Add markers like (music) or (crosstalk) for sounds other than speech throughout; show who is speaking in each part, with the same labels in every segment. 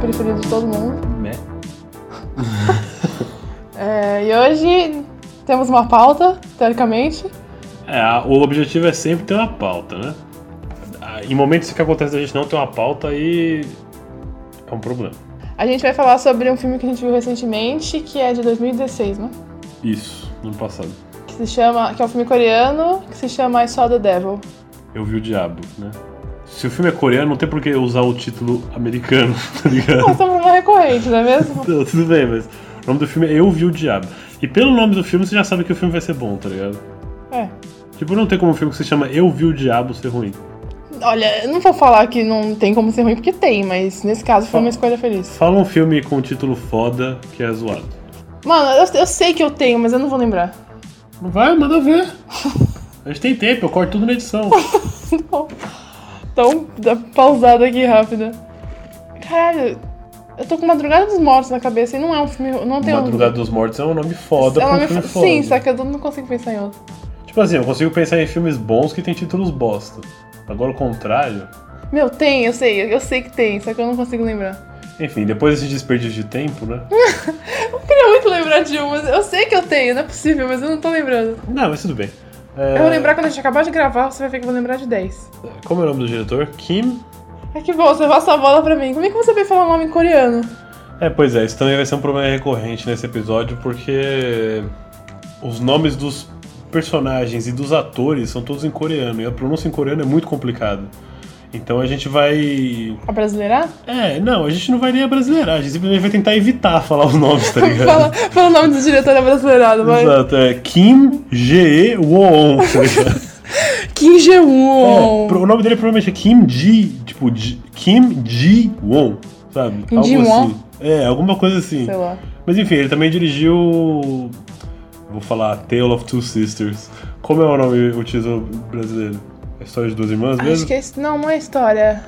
Speaker 1: preferida de todo mundo.
Speaker 2: Né?
Speaker 1: É, e hoje temos uma pauta, teoricamente.
Speaker 2: É, a- o objetivo é sempre ter uma pauta, né? Ah, Em momentos que acontece a gente não ter uma pauta, aí é um problema.
Speaker 1: A gente vai falar sobre um filme que a gente viu recentemente, que é de 2016, né?
Speaker 2: Isso, no passado.
Speaker 1: Que se chama. Que é um filme coreano que se chama I Saw the Devil.
Speaker 2: Eu vi o diabo, né? Se o filme é coreano, não tem por que usar o título americano, (laughs) tá ligado?
Speaker 1: Nossa, (laughs) é um problema recorrente, não é mesmo?
Speaker 2: Não, tudo bem, mas o nome do filme é Eu Vi o Diabo. E pelo nome do filme, você já sabe que o filme vai ser bom, tá ligado?
Speaker 1: É.
Speaker 2: Tipo, não tem como um filme que se chama Eu Vi o Diabo ser ruim.
Speaker 1: Olha, eu não vou falar que não tem como ser ruim, porque tem, mas nesse caso foi uma escolha feliz.
Speaker 2: Fala um filme com um título foda que é zoado.
Speaker 1: Mano, eu, eu sei que eu tenho, mas eu não vou lembrar.
Speaker 2: Não vai, manda ver. A gente tem tempo, eu corto tudo na
Speaker 1: (laughs)
Speaker 2: edição.
Speaker 1: Não. Então, dá pausada aqui rápida. Caralho, eu tô com Madrugada dos Mortos na cabeça e não é um filme. Não tem
Speaker 2: Madrugada dos Mortos é um nome foda
Speaker 1: um.
Speaker 2: pra
Speaker 1: Ela
Speaker 2: um
Speaker 1: me...
Speaker 2: filme
Speaker 1: fa-
Speaker 2: foda.
Speaker 1: Sim, só que eu não consigo pensar em outro.
Speaker 2: Tipo assim, eu consigo pensar em filmes bons que tem títulos bosta. Agora o contrário.
Speaker 1: Meu, tem, eu sei, eu sei que tem, só que eu não consigo lembrar.
Speaker 2: Enfim, depois desse desperdício de tempo, né?
Speaker 1: (laughs) Eu queria muito lembrar de um, mas eu sei que eu tenho, não é possível, mas eu não tô lembrando.
Speaker 2: Não, mas tudo bem. É,
Speaker 1: Eu vou lembrar quando a gente acabar de gravar, você vai ver que eu vou lembrar de 10.
Speaker 2: Como é o nome do diretor? Kim.
Speaker 1: Ai que bom, você passa a bola pra mim. Como é que você veio falar o nome em coreano?
Speaker 2: É, pois é, isso também vai ser um problema recorrente nesse episódio, porque os nomes dos personagens e dos atores são todos em coreano, e a pronúncia em coreano é muito complicada. Então a gente vai.
Speaker 1: A brasileira?
Speaker 2: É, não, a gente não vai nem abrasileirar, a gente simplesmente vai tentar evitar falar os nomes,
Speaker 1: (laughs)
Speaker 2: tá ligado?
Speaker 1: Fala, fala o nome do diretor brasileirado, vai.
Speaker 2: Exato, é Kim Ge Won, tá ligado?
Speaker 1: Kim Jeon.
Speaker 2: É, pro- o nome dele provavelmente é Kim Ji, tipo, Ji- Kim Ji Won, sabe?
Speaker 1: Kim Ji Won?
Speaker 2: assim. É, alguma coisa assim.
Speaker 1: Sei lá.
Speaker 2: Mas enfim, ele também dirigiu. Vou falar Tale of Two Sisters. Como é o nome, o título brasileiro? É História de Duas Irmãs mesmo?
Speaker 1: Acho que é isso. Não, não é história.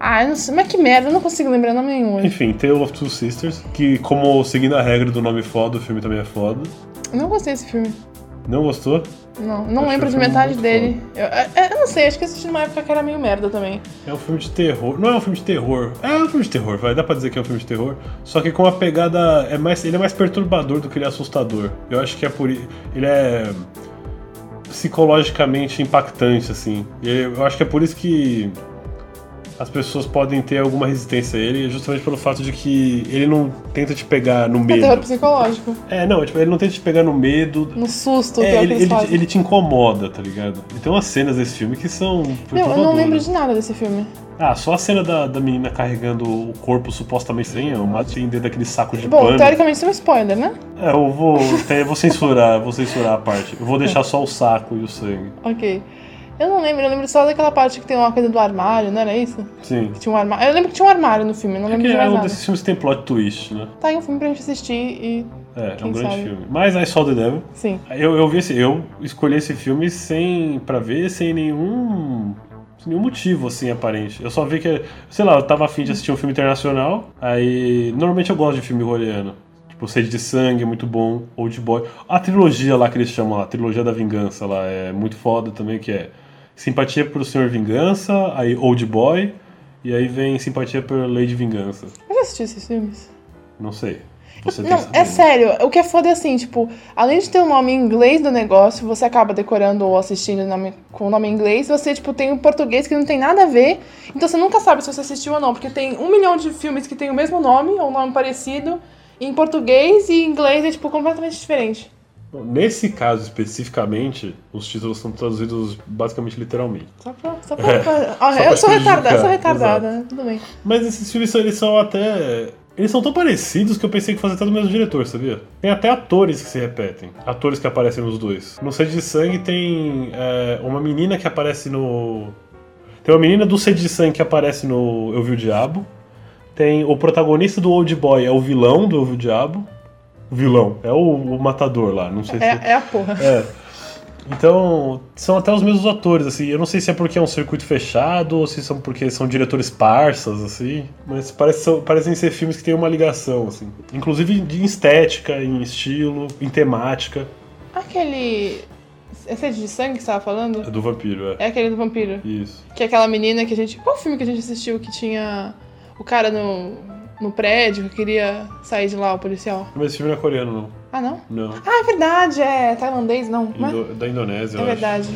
Speaker 1: Ah, eu não sei. Mas que merda, eu não consigo lembrar nome nenhum. Eu
Speaker 2: Enfim, Tale of Two Sisters, que como seguindo a regra do nome foda, o filme também é foda.
Speaker 1: não gostei desse filme.
Speaker 2: Não gostou?
Speaker 1: Não, não
Speaker 2: Acho
Speaker 1: lembro
Speaker 2: um
Speaker 1: de
Speaker 2: filme
Speaker 1: metade
Speaker 2: muito
Speaker 1: dele. Eu, é, eu- eu não sei, acho que eu assisti numa época que era meio merda também.
Speaker 2: É um filme de terror. Não é um filme de terror. É um filme de terror, vai. Dá pra dizer que é um filme de terror. Só que com a pegada. É mais, ele é mais perturbador do que ele é assustador. Eu acho que é por. i- Ele é. psicologicamente impactante, assim. E eu acho que é por isso que. As pessoas podem ter alguma resistência a ele, justamente pelo fato de que ele não tenta te pegar no
Speaker 1: É terror
Speaker 2: medo.
Speaker 1: psicológico.
Speaker 2: É, não, tipo, ele não tenta te pegar no medo.
Speaker 1: No susto, que é
Speaker 2: É,
Speaker 1: o que
Speaker 2: ele,
Speaker 1: eles
Speaker 2: ele,
Speaker 1: fazem.
Speaker 2: ele te incomoda, tá ligado? E tem umas cenas desse filme que são.
Speaker 1: Meu, eu não lembro
Speaker 2: perturbadoras.
Speaker 1: de nada desse filme.
Speaker 2: Ah, só a cena da, da menina carregando o corpo supostamente estranho, uma tem dentro daquele saco de
Speaker 1: Bom,
Speaker 2: pano.
Speaker 1: teoricamente isso é um spoiler, né?
Speaker 2: É, eu vou, até vou censurar, vou censurar a parte. Eu vou deixar só o saco e o sangue.
Speaker 1: Ok. Eu não lembro, eu lembro só daquela parte que tem uma coisa do armário, não era isso?
Speaker 2: Sim.
Speaker 1: Que tinha um armário. Eu lembro que tinha um armário no filme, eu não
Speaker 2: É
Speaker 1: lembro
Speaker 2: que
Speaker 1: de
Speaker 2: é
Speaker 1: mais
Speaker 2: um
Speaker 1: nada.
Speaker 2: desses filmes que tem plot twist, né?
Speaker 1: Tá aí um filme pra gente assistir e.
Speaker 2: É, é
Speaker 1: Quem
Speaker 2: um grande
Speaker 1: sabe?
Speaker 2: filme. Mas I Saw the Devil.
Speaker 1: Sim.
Speaker 2: Eu, eu vi esse, eu escolhi esse filme sem para ver sem nenhum sem nenhum motivo assim aparente. Eu só vi que, sei lá, eu tava afim de assistir um filme internacional. Aí, normalmente eu gosto de filme coreano. Tipo, Sede de Sangue é muito bom, Old Boy. A trilogia lá que eles chamam, lá, a trilogia da vingança lá é muito foda também, que é Simpatia pelo Senhor Vingança, aí Old Boy, e aí vem Simpatia pela Lady Vingança.
Speaker 1: Eu já assisti esses filmes.
Speaker 2: Não sei. Você tem que
Speaker 1: Não,
Speaker 2: saber,
Speaker 1: é
Speaker 2: né?
Speaker 1: sério. O que é foda é assim, tipo, além de ter o nome em inglês do negócio, você acaba decorando ou assistindo o nome- com o nome em inglês, você, tipo, tem o português que não tem nada a ver. Então você nunca sabe se você assistiu ou não, porque tem um milhão de filmes que tem o mesmo nome ou um nome parecido. Em português e em inglês é, tipo, completamente diferente.
Speaker 2: Bom, Nesse caso especificamente, os títulos são traduzidos basicamente literalmente.
Speaker 1: Só pra. Só pra,
Speaker 2: É, (laughs)
Speaker 1: pra- Ah,
Speaker 2: só
Speaker 1: eu
Speaker 2: pra
Speaker 1: sou
Speaker 2: prejudicar,
Speaker 1: retardada, eu sou retardada, né? tudo bem.
Speaker 2: Mas esses filmes são, eles são até. Eles são tão parecidos que eu pensei que fosse até do mesmo diretor, sabia? Tem até atores que se repetem. Atores que aparecem nos dois. No Sede de Sangue tem é, uma menina que aparece no. Tem uma menina do Sede de Sangue que aparece no Eu Vi o Diabo. Tem o protagonista do Old Boy, é o vilão do Eu Vi o Diabo. Vilão, é o, o matador lá, não sei se.
Speaker 1: É, é a
Speaker 2: (laughs)
Speaker 1: porra.
Speaker 2: É. Então, são até os mesmos atores, assim. Eu não sei se é porque é um circuito fechado ou se são porque são diretores parsas, assim. Mas parece, são- parecem ser filmes que têm uma ligação, assim. Inclusive de- em estética, em estilo, em temática.
Speaker 1: Aquele. É sede de sangue que você tava falando?
Speaker 2: É do vampiro, é.
Speaker 1: É aquele do vampiro.
Speaker 2: Isso.
Speaker 1: Que é aquela menina que a gente. Qual filme que a gente assistiu que tinha o cara no. no prédio, que queria sair de lá, o policial.
Speaker 2: Mas esse filme não é coreano, não.
Speaker 1: Ah, não?
Speaker 2: Não.
Speaker 1: Ah, é verdade, é tailandês, não. Mas
Speaker 2: Indo- Da Indonésia,
Speaker 1: é
Speaker 2: Um, eu acho.
Speaker 1: verdade.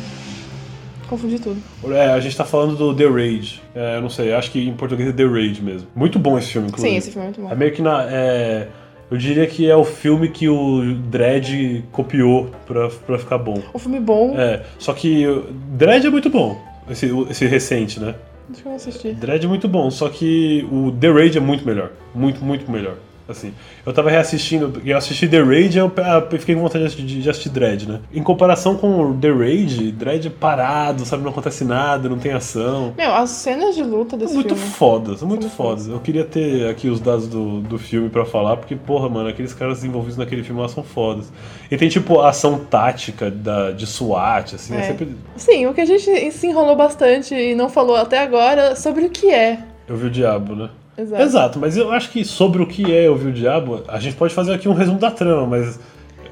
Speaker 1: Confundi tudo.
Speaker 2: É, a gente tá falando do The Raid. É, eu não sei, acho que em português é The Raid mesmo. Muito bom esse filme, inclusive.
Speaker 1: Sim, esse filme é muito
Speaker 2: É
Speaker 1: bom.
Speaker 2: meio que na. é, eu diria que é o filme que o Dredd copiou pra, pra ficar bom.
Speaker 1: O filme bom,
Speaker 2: É, só que o- Dredd é muito bom. Esse, o- esse recente, né?
Speaker 1: acho que eu não assisti.
Speaker 2: Dredd é muito bom, só que o The Raid é muito melhor. Muito, muito melhor. Assim, eu tava reassistindo, eu assisti The Raid e eu, ah, eu fiquei com vontade de assistir, de assistir Dredd, né? Em comparação com o The Raid, Dredd é parado, sabe? Não acontece nada, não tem ação. É
Speaker 1: Meu, as cenas de luta desse
Speaker 2: Muito
Speaker 1: filme. é
Speaker 2: fodas, muito
Speaker 1: Muito
Speaker 2: fodas. Eu queria ter aqui os dados do, do filme pra falar, porque, porra, mano, aqueles caras envolvidos naquele filme lá são fodas. E tem, tipo, a ação tática da, de SWAT, assim, é.
Speaker 1: É.
Speaker 2: sempre.
Speaker 1: Sim, o que a gente se enrolou bastante e não falou até agora sobre o que é.
Speaker 2: Eu vi o diabo, né?
Speaker 1: Exato.
Speaker 2: Exato. mas eu acho que sobre o que é Eu Vi o Diabo, a gente pode fazer aqui um resumo da trama, mas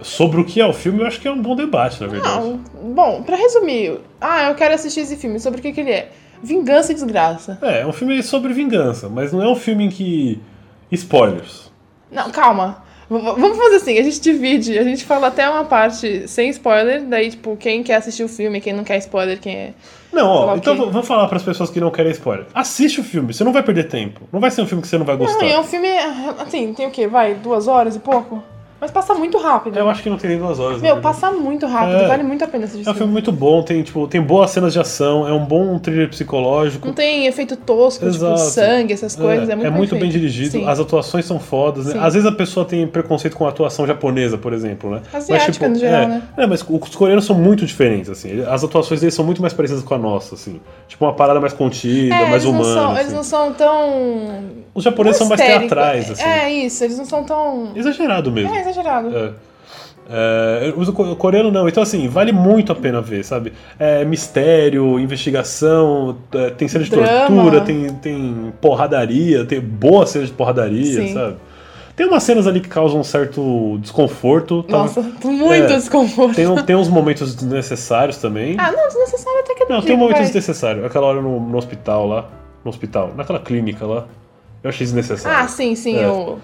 Speaker 2: sobre o que é o filme, eu acho que é um bom debate, na verdade.
Speaker 1: Não, bom, pra resumir, ah, eu quero assistir esse filme, sobre o que, que ele é? Vingança e desgraça.
Speaker 2: É, é um filme sobre vingança, mas não é um filme em que. Spoilers.
Speaker 1: Não, calma. V- v- Vamos fazer assim, a gente divide, a gente fala até uma parte sem spoiler, daí, tipo, quem quer assistir o filme, quem não quer spoiler, quem é.
Speaker 2: Não, ó,
Speaker 1: Ok.
Speaker 2: então vou- vou falar para as pessoas que não querem spoiler. Assiste o filme, você não vai perder tempo. Não vai ser um filme que você não vai
Speaker 1: Não,
Speaker 2: gostar.
Speaker 1: e é um filme, assim, tem o quê? Vai, duas horas e pouco? Mas passa muito rápido.
Speaker 2: Eu acho que não tem nem duas horas.
Speaker 1: Meu,
Speaker 2: né?
Speaker 1: passa muito rápido,
Speaker 2: É.
Speaker 1: vale muito a pena assistir.
Speaker 2: É um
Speaker 1: esse filme.
Speaker 2: filme muito bom, tem, tipo, tem boas cenas de ação, é um bom thriller psicológico.
Speaker 1: Não tem efeito tosco,
Speaker 2: Exato.
Speaker 1: tipo sangue, essas coisas. É, muito,
Speaker 2: bem
Speaker 1: feito.
Speaker 2: dirigido,
Speaker 1: Sim.
Speaker 2: as atuações são fodas, né?
Speaker 1: Sim.
Speaker 2: Às vezes a pessoa tem preconceito com a atuação japonesa, por exemplo, né?
Speaker 1: Asiática, no geral,
Speaker 2: é,
Speaker 1: né?
Speaker 2: É, mas os coreanos são muito diferentes, assim. As atuações deles são muito mais parecidas com a nossa, assim. Tipo, uma parada mais contida,
Speaker 1: É,
Speaker 2: mais
Speaker 1: eles, não
Speaker 2: humana.
Speaker 1: são,
Speaker 2: assim.
Speaker 1: eles não são tão.
Speaker 2: Os japoneses são mais
Speaker 1: histérico.
Speaker 2: teatrais, assim.
Speaker 1: É isso, eles não são tão.
Speaker 2: Exagerado mesmo.
Speaker 1: É exagerado.
Speaker 2: É. É, o co- o coreano não, então assim, vale muito a pena ver, sabe? É mistério, investigação, é, tem cena de
Speaker 1: Drama.
Speaker 2: tortura, tem, tem porradaria, tem boa cena de porradaria,
Speaker 1: Sim.
Speaker 2: sabe? Tem umas cenas ali que causam um certo desconforto. tá?
Speaker 1: Nossa, (laughs) muito
Speaker 2: É.
Speaker 1: desconforto.
Speaker 2: Tem, um- tem uns momentos desnecessários também.
Speaker 1: Ah, não, desnecessário até que
Speaker 2: não, tem um momento
Speaker 1: vai.
Speaker 2: desnecessário. Aquela hora no, no hospital lá. No hospital, naquela clínica lá. Eu achei desnecessário.
Speaker 1: Ah, sim, sim,
Speaker 2: É.
Speaker 1: eu.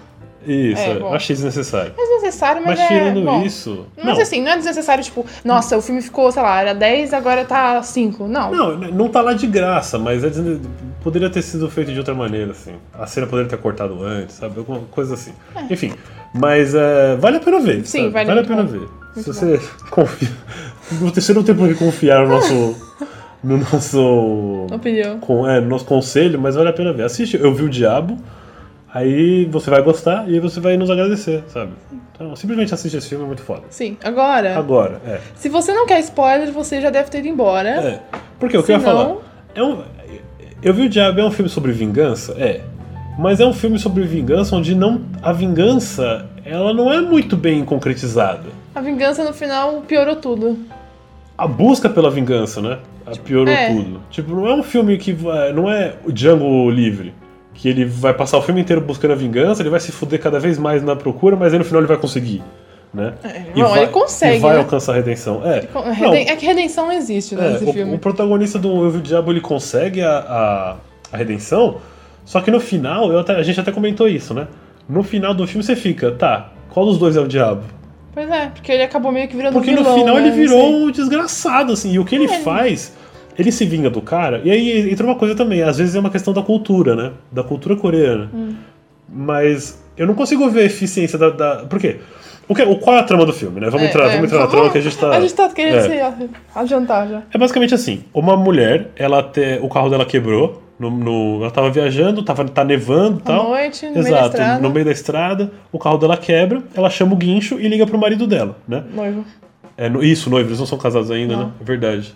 Speaker 2: Isso,
Speaker 1: é,
Speaker 2: é,
Speaker 1: bom.
Speaker 2: eu achei desnecessário.
Speaker 1: É desnecessário, mas,
Speaker 2: Mas,
Speaker 1: é.
Speaker 2: tirando
Speaker 1: bom,
Speaker 2: isso.
Speaker 1: Mas assim, não é desnecessário, tipo, nossa, o filme ficou, sei lá, era 10, agora tá 5. Não.
Speaker 2: Não, não tá lá de graça, mas é desne- poderia ter sido feito de outra maneira, assim. A cena poderia ter cortado antes, sabe? Alguma coisa assim. Enfim, mas é, vale a pena ver.
Speaker 1: É. Sim,
Speaker 2: sabe?
Speaker 1: vale
Speaker 2: a
Speaker 1: muito
Speaker 2: pena
Speaker 1: bom.
Speaker 2: ver. Se
Speaker 1: Muito
Speaker 2: você (laughs) confia. Você não tem por que confiar
Speaker 1: (laughs)
Speaker 2: no nosso. no nosso.
Speaker 1: Opinião.
Speaker 2: con- é, no nosso conselho, mas vale a pena ver. Assiste, eu vi o Diabo, aí você vai gostar e aí você vai nos agradecer, sabe? Então, simplesmente assiste esse filme, é muito foda.
Speaker 1: Sim, agora,
Speaker 2: Agora, é.
Speaker 1: se você não quer spoiler, você já deve ter ido embora.
Speaker 2: É. Porque o que
Speaker 1: Se
Speaker 2: eu ia falar?
Speaker 1: não-
Speaker 2: É um, eu vi o Diabo é um filme sobre vingança? É. Mas é um filme sobre vingança onde não a vingança ela não é muito bem concretizada.
Speaker 1: A vingança no final piorou tudo.
Speaker 2: A busca pela vingança, né? A piorou
Speaker 1: é.
Speaker 2: tudo. Tipo, não é um filme que vai, não é o Django livre. Que ele vai passar o filme inteiro buscando a vingança, ele vai se fuder cada vez mais na procura, mas aí no final ele vai conseguir, né?
Speaker 1: É, bom, ele consegue,
Speaker 2: E vai
Speaker 1: né?
Speaker 2: alcançar a redenção. É.
Speaker 1: Co-
Speaker 2: Não,
Speaker 1: reden- É que redenção não existe né,
Speaker 2: É,
Speaker 1: nesse
Speaker 2: o,
Speaker 1: filme.
Speaker 2: o protagonista do Eu Vi o Diabo ele consegue a, a, a redenção, só que no final, eu até- a gente até comentou isso, né? No final do filme você fica, tá, qual dos dois é o diabo?
Speaker 1: Pois é, porque ele acabou meio que virando
Speaker 2: Porque
Speaker 1: um vilão,
Speaker 2: no final
Speaker 1: né,
Speaker 2: ele
Speaker 1: não
Speaker 2: virou
Speaker 1: sei. É.
Speaker 2: um desgraçado, assim, e o que ele faz, ele se vinga do cara, e aí entra uma coisa também, às vezes é uma questão da cultura, né? Da cultura coreana.
Speaker 1: Hum.
Speaker 2: Mas eu não consigo ver a eficiência da. da por quê? O que, o, qual é a trama do filme, né? Vamos
Speaker 1: É,
Speaker 2: entrar,
Speaker 1: é,
Speaker 2: vamos entrar na
Speaker 1: vamos-
Speaker 2: trama que a gente tá.
Speaker 1: (laughs) A gente tá querendo
Speaker 2: é.
Speaker 1: se adiantar já.
Speaker 2: É basicamente assim: uma mulher, ela até. O carro dela quebrou. No, no- ela tava viajando, tava, tá nevando e
Speaker 1: À
Speaker 2: tal.
Speaker 1: noite, no meio da
Speaker 2: Exato,
Speaker 1: estrada.
Speaker 2: no meio da estrada, o carro dela quebra, ela chama o guincho e liga pro marido dela, né?
Speaker 1: Noivo.
Speaker 2: É, no- isso, noivo, eles não são casados ainda,
Speaker 1: Não.
Speaker 2: né? É verdade.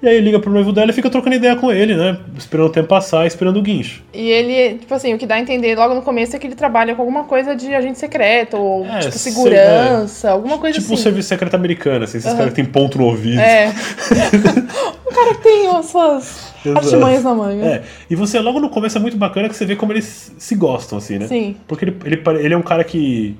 Speaker 2: E aí liga pro noivo dela e fica trocando ideia com ele, né? Esperando o tempo passar, esperando o guincho.
Speaker 1: E ele, tipo assim, o que dá a entender logo no começo é que ele trabalha com alguma coisa de agente secreto, ou
Speaker 2: É,
Speaker 1: tipo
Speaker 2: sei,
Speaker 1: segurança, alguma coisa
Speaker 2: tipo o
Speaker 1: assim.
Speaker 2: serviço secreto americano, assim, esses caras que tem ponto no ouvido. (laughs)
Speaker 1: É. um cara que tem as suas
Speaker 2: Exato.
Speaker 1: artimanhas na manga.
Speaker 2: É, e você logo no começo é muito bacana que você vê como eles se gostam, assim, né?
Speaker 1: Sim.
Speaker 2: Porque ele, ele, pare- ele é um cara que.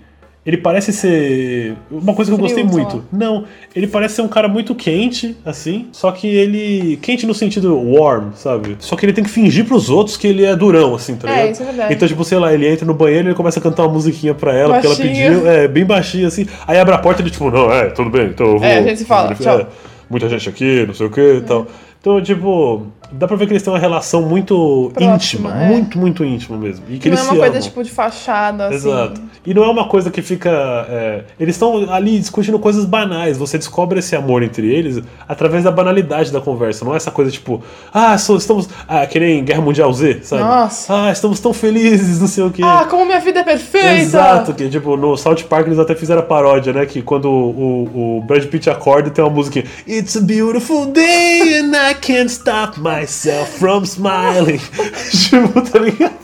Speaker 2: Ele parece ser. Uma coisa que eu gostei
Speaker 1: Frio, sei
Speaker 2: muito. Não, ele parece ser um cara muito quente, assim. Só que ele. Quente no sentido warm, sabe? Só que ele tem que fingir pros outros que ele é durão, assim, tá
Speaker 1: É,
Speaker 2: ligado?
Speaker 1: isso é verdade.
Speaker 2: Então, tipo, sei lá, ele entra no banheiro e ele começa a cantar uma musiquinha pra ela, porque ela
Speaker 1: Baixinho.
Speaker 2: pediu. É, bem baixinha, assim. Aí abre a porta e ele, tipo, não, é, tudo bem, então eu vou.
Speaker 1: É, a gente se fala, tchau.
Speaker 2: muita gente aqui, não sei o que e tal. Então, tipo, dá pra ver que eles têm uma relação muito
Speaker 1: Próxima,
Speaker 2: íntima.
Speaker 1: é.
Speaker 2: Muito, muito íntima mesmo. E que
Speaker 1: Não
Speaker 2: eles
Speaker 1: é uma
Speaker 2: se
Speaker 1: coisa,
Speaker 2: amam.
Speaker 1: tipo, de fachada, assim.
Speaker 2: Exato. E não é uma coisa que fica. é, eles estão ali discutindo coisas banais. Você descobre esse amor entre eles através da banalidade da conversa. Não é essa coisa tipo, ah, so- estamos. Ah, que nem Guerra Mundial Z, sabe?
Speaker 1: Nossa.
Speaker 2: Ah, estamos tão felizes, não sei o quê.
Speaker 1: Ah, como minha vida é perfeita!
Speaker 2: Exato, que tipo, no South Park eles até fizeram a paródia, né? Que quando o, o Brad Pitt acorda tem uma musiquinha It's a beautiful day and I can't stop myself from smiling. (laughs) tipo, tá ligado?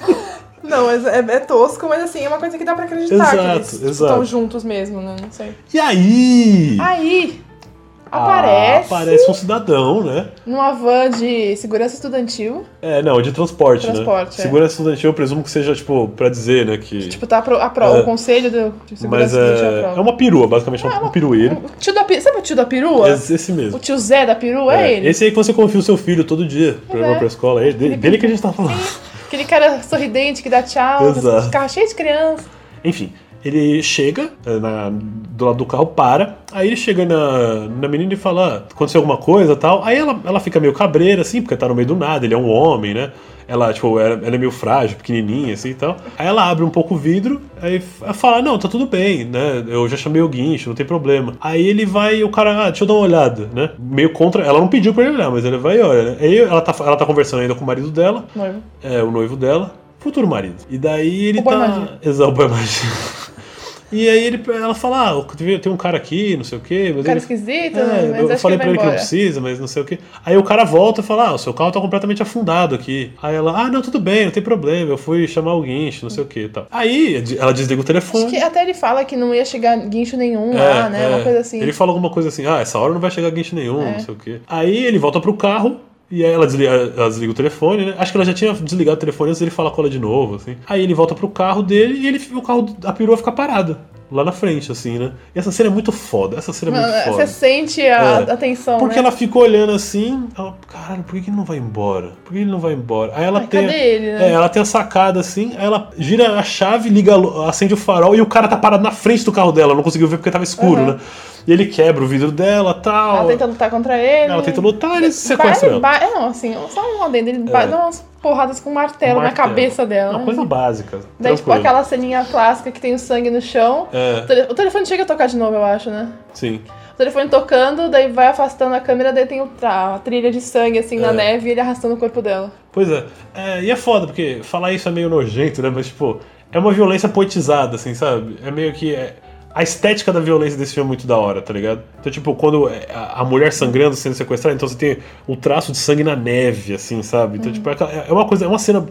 Speaker 1: Não, mas é, é tosco, mas assim, é uma coisa que dá pra acreditar
Speaker 2: Exato,
Speaker 1: que eles tipo,
Speaker 2: exato.
Speaker 1: estão juntos mesmo, né? Não sei.
Speaker 2: E aí?
Speaker 1: Aí,
Speaker 2: Ah,
Speaker 1: aparece
Speaker 2: aparece um cidadão, né?
Speaker 1: numa van de segurança estudantil.
Speaker 2: É, não, de transporte, né?
Speaker 1: Transporte, é.
Speaker 2: Segurança estudantil, eu presumo que seja, tipo, pra dizer, né? Que.
Speaker 1: Tipo, tá pro, a pro,
Speaker 2: É.
Speaker 1: o conselho do, de segurança
Speaker 2: Mas é,
Speaker 1: estudantil. à
Speaker 2: é
Speaker 1: prova.
Speaker 2: uma perua, basicamente, é um, um pirueiro.
Speaker 1: O tio da, pi- sabe o tio da perua?
Speaker 2: Esse esse
Speaker 1: O
Speaker 2: mesmo.
Speaker 1: tio Zé da perua é,
Speaker 2: É,
Speaker 1: ele.
Speaker 2: Esse aí que você confia o seu filho todo dia pra
Speaker 1: Pois
Speaker 2: ir
Speaker 1: é.
Speaker 2: pra escola. É dele, dele que a gente tá falando.
Speaker 1: Aquele cara sorridente que dá tchau,
Speaker 2: Exato.
Speaker 1: os carros cheios de criança.
Speaker 2: Enfim, ele chega é, na- do lado do carro, para. Aí ele chega na, na menina e fala: "Ah, aconteceu alguma coisa tal. Aí ela, ela fica meio cabreira, assim, porque tá no meio do nada, ele é um homem, né? Ela, tipo, ela, ela é meio frágil, pequenininha, assim e tal. Aí ela abre um pouco o vidro, aí f- ela fala: Não, tá tudo bem, né? Eu já chamei o guincho, não tem problema. Aí ele vai, o cara, ah, deixa eu dar uma olhada, né? Meio contra. Ela não pediu pra ele olhar, mas ele vai e olha, né? Aí ela tá, ela tá conversando ainda com o marido dela,
Speaker 1: Noivo.
Speaker 2: é, o noivo dela, futuro marido. E daí ele
Speaker 1: O boy magia.
Speaker 2: tá. Exato, o boy magia. (laughs) E aí ele, ela fala, ah, tem- tem um cara aqui, não sei o quê. Mas
Speaker 1: Um cara
Speaker 2: ele-
Speaker 1: esquisito,
Speaker 2: é,
Speaker 1: mas
Speaker 2: eu
Speaker 1: acho que
Speaker 2: falei pra
Speaker 1: ele vai
Speaker 2: ele que não
Speaker 1: embora.
Speaker 2: precisa, mas não sei o quê. Aí o cara volta e fala, ah, o seu carro tá completamente afundado aqui. Aí ela, ah, não, tudo bem, não tem problema, eu fui chamar o guincho, não sei o quê e tal. Aí ela desliga o telefone.
Speaker 1: Acho que até ele fala que não ia chegar guincho nenhum
Speaker 2: É,
Speaker 1: lá, né?
Speaker 2: é.
Speaker 1: Uma coisa assim.
Speaker 2: Ele fala alguma coisa assim, ah, essa hora não vai chegar guincho nenhum,
Speaker 1: É.
Speaker 2: não sei o quê. Aí ele volta pro carro e aí ela desliga, ela desliga o telefone, né? Acho que ela já tinha desligado o telefone antes ele falar com ela de novo, assim. Aí ele volta pro carro dele e ele, o carro, a perua fica parada. Lá na frente, assim, né? E essa cena é muito foda. Essa cena é muito
Speaker 1: Mano, você
Speaker 2: foda.
Speaker 1: sente a,
Speaker 2: É.
Speaker 1: a tensão,
Speaker 2: Porque
Speaker 1: né?
Speaker 2: ela ficou olhando assim, ela, caralho, por que que ele não vai embora? Por que ele não vai embora? Aí ela
Speaker 1: Ai,
Speaker 2: tem.
Speaker 1: cadê ele, né?
Speaker 2: É, ela tem a sacada assim, aí ela gira a chave, liga, a lu- acende o farol e o cara tá parado na frente do carro dela, não conseguiu ver porque tava escuro,
Speaker 1: Uhum.
Speaker 2: né? E ele quebra o vidro dela tal.
Speaker 1: Ela tenta lutar contra ele.
Speaker 2: Ela tenta lutar, ele sequestra
Speaker 1: Vai,
Speaker 2: ela. É.
Speaker 1: ba... É, não, assim, só um adendo. Ele ba- dá umas porradas com um martelo, na
Speaker 2: Martelo.
Speaker 1: cabeça dela.
Speaker 2: Uma
Speaker 1: né?
Speaker 2: coisa básica.
Speaker 1: Daí, tipo,
Speaker 2: tranquilo.
Speaker 1: aquela ceninha clássica que tem o sangue no chão. O
Speaker 2: É,
Speaker 1: tele- O telefone chega a tocar de novo, eu acho, né?
Speaker 2: sim.
Speaker 1: O telefone tocando, daí vai afastando a câmera, daí tem o tra- a trilha de sangue, assim,
Speaker 2: É.
Speaker 1: na neve, e ele arrastando o corpo dela.
Speaker 2: Pois é. É, E é foda, porque falar isso é meio nojento, né? Mas, tipo, é uma violência poetizada, assim, sabe? É meio que. é- A estética da violência desse filme é muito da hora, tá ligado? Então, tipo, quando é, a a mulher sangrando sendo sequestrada, então você tem o traço de sangue na neve, assim, sabe? Então, tipo, é aquela- é uma coisa, é uma cena.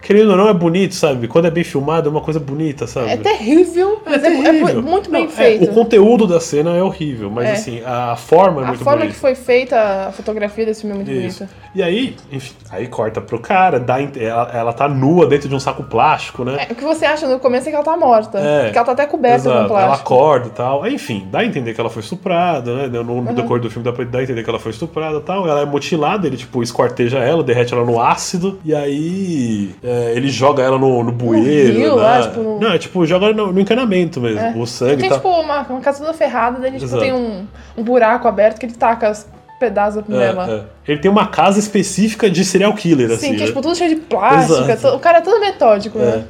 Speaker 2: Querendo ou não, é bonito, sabe? Quando é bem filmado, é uma coisa bonita, sabe?
Speaker 1: É terrível, mas é, é
Speaker 2: terrível.
Speaker 1: muito bem
Speaker 2: Não, é,
Speaker 1: feito.
Speaker 2: o conteúdo da cena é horrível, mas
Speaker 1: É.
Speaker 2: assim, a forma é
Speaker 1: a
Speaker 2: muito
Speaker 1: forma
Speaker 2: bonita.
Speaker 1: que foi feita a fotografia desse filme é muito
Speaker 2: Isso.
Speaker 1: bonita.
Speaker 2: E aí, enfim, aí corta pro cara, dá, in- ela, ela tá nua dentro de um saco plástico, né?
Speaker 1: É, o que você acha no começo é que ela tá morta.
Speaker 2: É.
Speaker 1: Porque ela tá até coberta com
Speaker 2: Exato, ela
Speaker 1: plástico.
Speaker 2: acorda e tal. Enfim, dá a entender que ela foi estuprada, né? No, no
Speaker 1: Uhum.
Speaker 2: decorrer do filme dá pra dar a entender que ela foi estuprada e tal. Ela é mutilada, ele, tipo, esquarteja ela, derrete ela no ácido. E aí é, ele joga ela no, no bueiro.
Speaker 1: rio
Speaker 2: né?
Speaker 1: lá, tipo, no-
Speaker 2: Não, é tipo, joga no, no encanamento mesmo.
Speaker 1: É.
Speaker 2: O sangue
Speaker 1: Tem
Speaker 2: e tal.
Speaker 1: tipo uma, uma casa toda ferrada, daí ele tipo,
Speaker 2: tá. Exato.
Speaker 1: tem um, um buraco aberto que ele taca os pedaços
Speaker 2: É,
Speaker 1: nela.
Speaker 2: é. Ele tem uma casa específica de serial killer, assim.
Speaker 1: né, Sim, que é
Speaker 2: né?
Speaker 1: tipo tudo cheio de plástico. é
Speaker 2: Exato.
Speaker 1: to- O cara é todo metódico,
Speaker 2: É.
Speaker 1: né?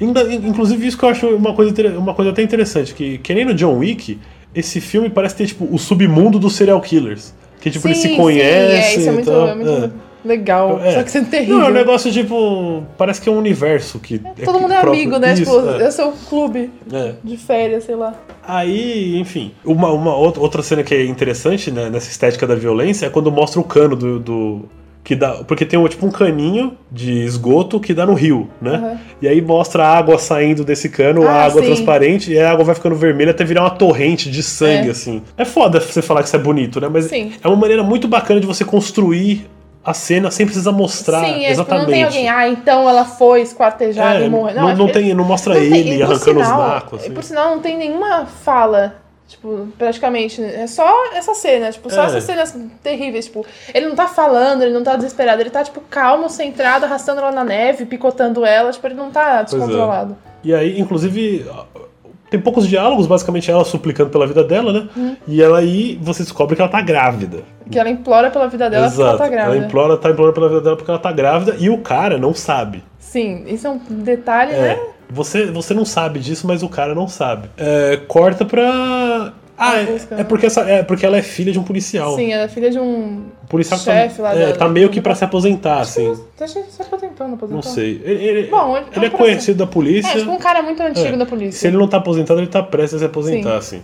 Speaker 2: Ainda- Inclusive, isso que eu acho uma coisa, inter- uma coisa até interessante, que, que nem no John Wick, esse filme parece ter, tipo, o submundo dos serial killers. Que, tipo, eles
Speaker 1: Sim,
Speaker 2: se
Speaker 1: Sim, é,
Speaker 2: conhecem
Speaker 1: isso é
Speaker 2: e
Speaker 1: muito,
Speaker 2: tal.
Speaker 1: é muito legal.
Speaker 2: É.
Speaker 1: Só que isso é terrível.
Speaker 2: Não, é um negócio, tipo, parece que é um universo que...
Speaker 1: Todo mundo é
Speaker 2: próprio-
Speaker 1: amigo, né?
Speaker 2: Isso,
Speaker 1: tipo,
Speaker 2: é,
Speaker 1: eu sou o clube
Speaker 2: é.
Speaker 1: de férias, sei lá.
Speaker 2: Aí, enfim, uma, uma outra outra cena que é interessante né, nessa estética da violência é quando mostra o cano do. do- que dá, porque tem um, tipo um caninho de esgoto que dá no rio, né?
Speaker 1: Aham.
Speaker 2: E aí mostra a água saindo desse cano, a
Speaker 1: Ah,
Speaker 2: água
Speaker 1: sim.
Speaker 2: transparente, e a água vai ficando vermelha até virar uma torrente de sangue,
Speaker 1: É.
Speaker 2: assim. É foda você falar que isso é bonito, né? Mas
Speaker 1: Sim.
Speaker 2: é uma maneira muito bacana de você construir a cena sem precisar mostrar
Speaker 1: Sim, é, tipo,
Speaker 2: exatamente.
Speaker 1: não tem alguém, ah, então ela foi esquartejada
Speaker 2: É,
Speaker 1: e morreu.
Speaker 2: não,
Speaker 1: acho
Speaker 2: não
Speaker 1: que-
Speaker 2: tem, não mostra
Speaker 1: Não tem-
Speaker 2: ele
Speaker 1: e por
Speaker 2: arrancando
Speaker 1: sinal-
Speaker 2: os nacos.
Speaker 1: E
Speaker 2: assim.
Speaker 1: por sinal, não tem nenhuma fala, tipo, praticamente. né? É só essa cena, tipo, só
Speaker 2: É.
Speaker 1: essas cenas terríveis, tipo, ele não tá falando, ele não tá desesperado, ele tá, tipo, calmo, centrado, arrastando ela na neve, picotando ela, tipo, ele não tá
Speaker 2: é.
Speaker 1: descontrolado.
Speaker 2: E aí, inclusive, tem poucos diálogos, basicamente ela suplicando pela vida dela, né? E ela aí você descobre que ela tá grávida.
Speaker 1: Que ela implora pela vida dela porque ela tá grávida.
Speaker 2: implora, tá implorando pela vida dela porque ela tá grávida e o cara não sabe.
Speaker 1: Sim, isso é um detalhe, né?
Speaker 2: É. Você, você não sabe disso, mas o cara não sabe. É, corta pra. Ah,
Speaker 1: Uma
Speaker 2: é,
Speaker 1: busca,
Speaker 2: é
Speaker 1: né?
Speaker 2: porque essa, é porque ela é filha de um policial.
Speaker 1: Sim, ela é filha de um.
Speaker 2: O policial
Speaker 1: Chefe
Speaker 2: tá,
Speaker 1: lá
Speaker 2: é,
Speaker 1: da-
Speaker 2: tá meio que pra se aposentar,
Speaker 1: Acho que
Speaker 2: assim.
Speaker 1: não- Acho que só tá tentando aposentar.
Speaker 2: Não sei. Ele, ele-
Speaker 1: Bom, ele-
Speaker 2: ele é
Speaker 1: é um
Speaker 2: conhecido da polícia.
Speaker 1: É, tipo, um cara muito antigo
Speaker 2: É.
Speaker 1: da polícia.
Speaker 2: Se ele não tá aposentado, ele tá prestes a se aposentar, assim.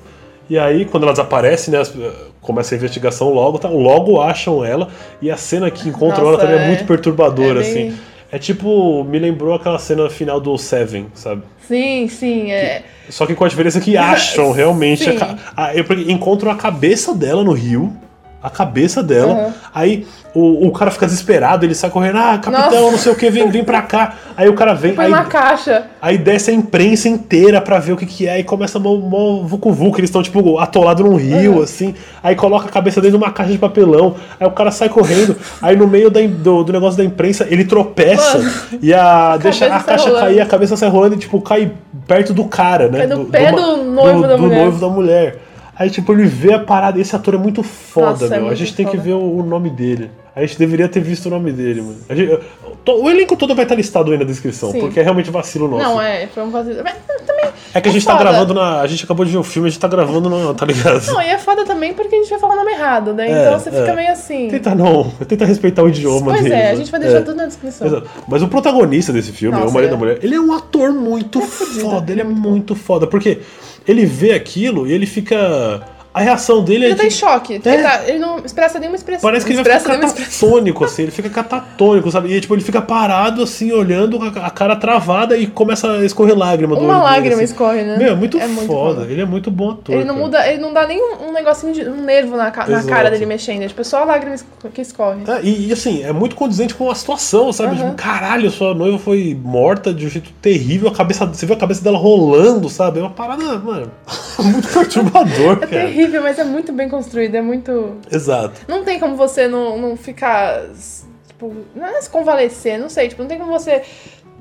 Speaker 2: E aí, quando ela desaparece, né? as- Começa a investigação logo, tá, logo acham ela. E a cena que encontram
Speaker 1: Nossa,
Speaker 2: ela também é,
Speaker 1: é.
Speaker 2: muito perturbadora,
Speaker 1: É bem-
Speaker 2: assim. É tipo, me lembrou aquela cena final do Seven, sabe?
Speaker 1: Sim, sim, é.
Speaker 2: Só que com a
Speaker 1: (laughs)
Speaker 2: diferença que acham realmente. A,
Speaker 1: Sim.
Speaker 2: ca- a- eu- porque encontram a cabeça dela no rio. A cabeça dela.
Speaker 1: Aham.
Speaker 2: Aí o, o cara fica desesperado, ele sai correndo, ah, capitão,
Speaker 1: Nossa.
Speaker 2: não sei o que, vem, vem pra cá. Aí o cara vem.
Speaker 1: Foi
Speaker 2: aí-
Speaker 1: uma caixa.
Speaker 2: Aí desce a imprensa inteira pra ver o que que é, e começa mó, mó vucu-vucu, eles estão, tipo, atolados num rio,
Speaker 1: É.
Speaker 2: assim. Aí coloca a cabeça dentro de uma caixa de papelão, aí o cara sai correndo, aí no meio da im- do, do negócio da imprensa ele tropeça
Speaker 1: Mano.
Speaker 2: e a, deixa a
Speaker 1: cabeça
Speaker 2: caixa
Speaker 1: rolando.
Speaker 2: cair, a cabeça sai rolando e, tipo, cai perto do cara, né?
Speaker 1: Cai no pé do noivo da mulher.
Speaker 2: noivo da mulher. Aí, tipo, ele vê a parada, esse ator é muito foda,
Speaker 1: Nossa, é
Speaker 2: meu. a
Speaker 1: muito
Speaker 2: gente tem que
Speaker 1: foda.
Speaker 2: ver o, o nome dele. A gente deveria ter visto o nome dele, mano. A gente- to- o elenco todo vai estar listado aí na descrição,
Speaker 1: Sim.
Speaker 2: porque é realmente vacilo nosso.
Speaker 1: Não, é, foi um vazio. Mas também.
Speaker 2: É que a
Speaker 1: é
Speaker 2: gente tá
Speaker 1: foda.
Speaker 2: gravando na. A gente acabou de ver o filme, a gente tá gravando no. Tá ligado?
Speaker 1: Não, e é foda também porque a gente vai falar o nome errado, né?
Speaker 2: É,
Speaker 1: então você fica
Speaker 2: é.
Speaker 1: meio assim.
Speaker 2: (laughs) Tenta não. Tenta respeitar o idioma
Speaker 1: Pois
Speaker 2: deles,
Speaker 1: é, a
Speaker 2: né?
Speaker 1: gente vai deixar tudo na descrição.
Speaker 2: Exato. Mas o protagonista desse filme,
Speaker 1: Nossa,
Speaker 2: o marido
Speaker 1: é.
Speaker 2: da mulher, ele é um ator muito
Speaker 1: fudido,
Speaker 2: foda, ele é muito foda. Porque ele vê aquilo e ele fica. A reação dele
Speaker 1: Ele
Speaker 2: é.
Speaker 1: tá
Speaker 2: de-
Speaker 1: em choque.
Speaker 2: É.
Speaker 1: Ele, tá- ele não expressa nenhuma expressão.
Speaker 2: Parece que ele vai
Speaker 1: expressa
Speaker 2: ficar
Speaker 1: nenhuma expressão.
Speaker 2: catatônico, assim, ele fica catatônico, sabe? E tipo, ele fica parado, assim, olhando com a a cara travada e começa a escorrer lágrima do
Speaker 1: Uma
Speaker 2: olho dele,
Speaker 1: lágrima
Speaker 2: assim.
Speaker 1: escorre, né?
Speaker 2: Meu, é muito, foda.
Speaker 1: foda.
Speaker 2: Ele é muito bom ator.
Speaker 1: Ele não
Speaker 2: cara.
Speaker 1: muda, ele não dá nem um um negocinho de um nervo na, ca- na
Speaker 2: Exato.
Speaker 1: cara dele mexendo. É tipo só a lágrima esco- que escorre.
Speaker 2: É, e, e, assim, é muito condizente com a situação, sabe?
Speaker 1: Aham.
Speaker 2: Tipo, caralho, sua noiva foi morta de um jeito terrível, a cabeça, você viu a cabeça dela rolando, sabe? É uma parada, mano, (laughs) muito perturbador,
Speaker 1: É
Speaker 2: cara.
Speaker 1: terrível, mas é muito bem construído, é muito.
Speaker 2: Exato.
Speaker 1: Não tem como você não, não ficar. s- Tipo, não é se convalescer, não sei. Tipo, não tem como você.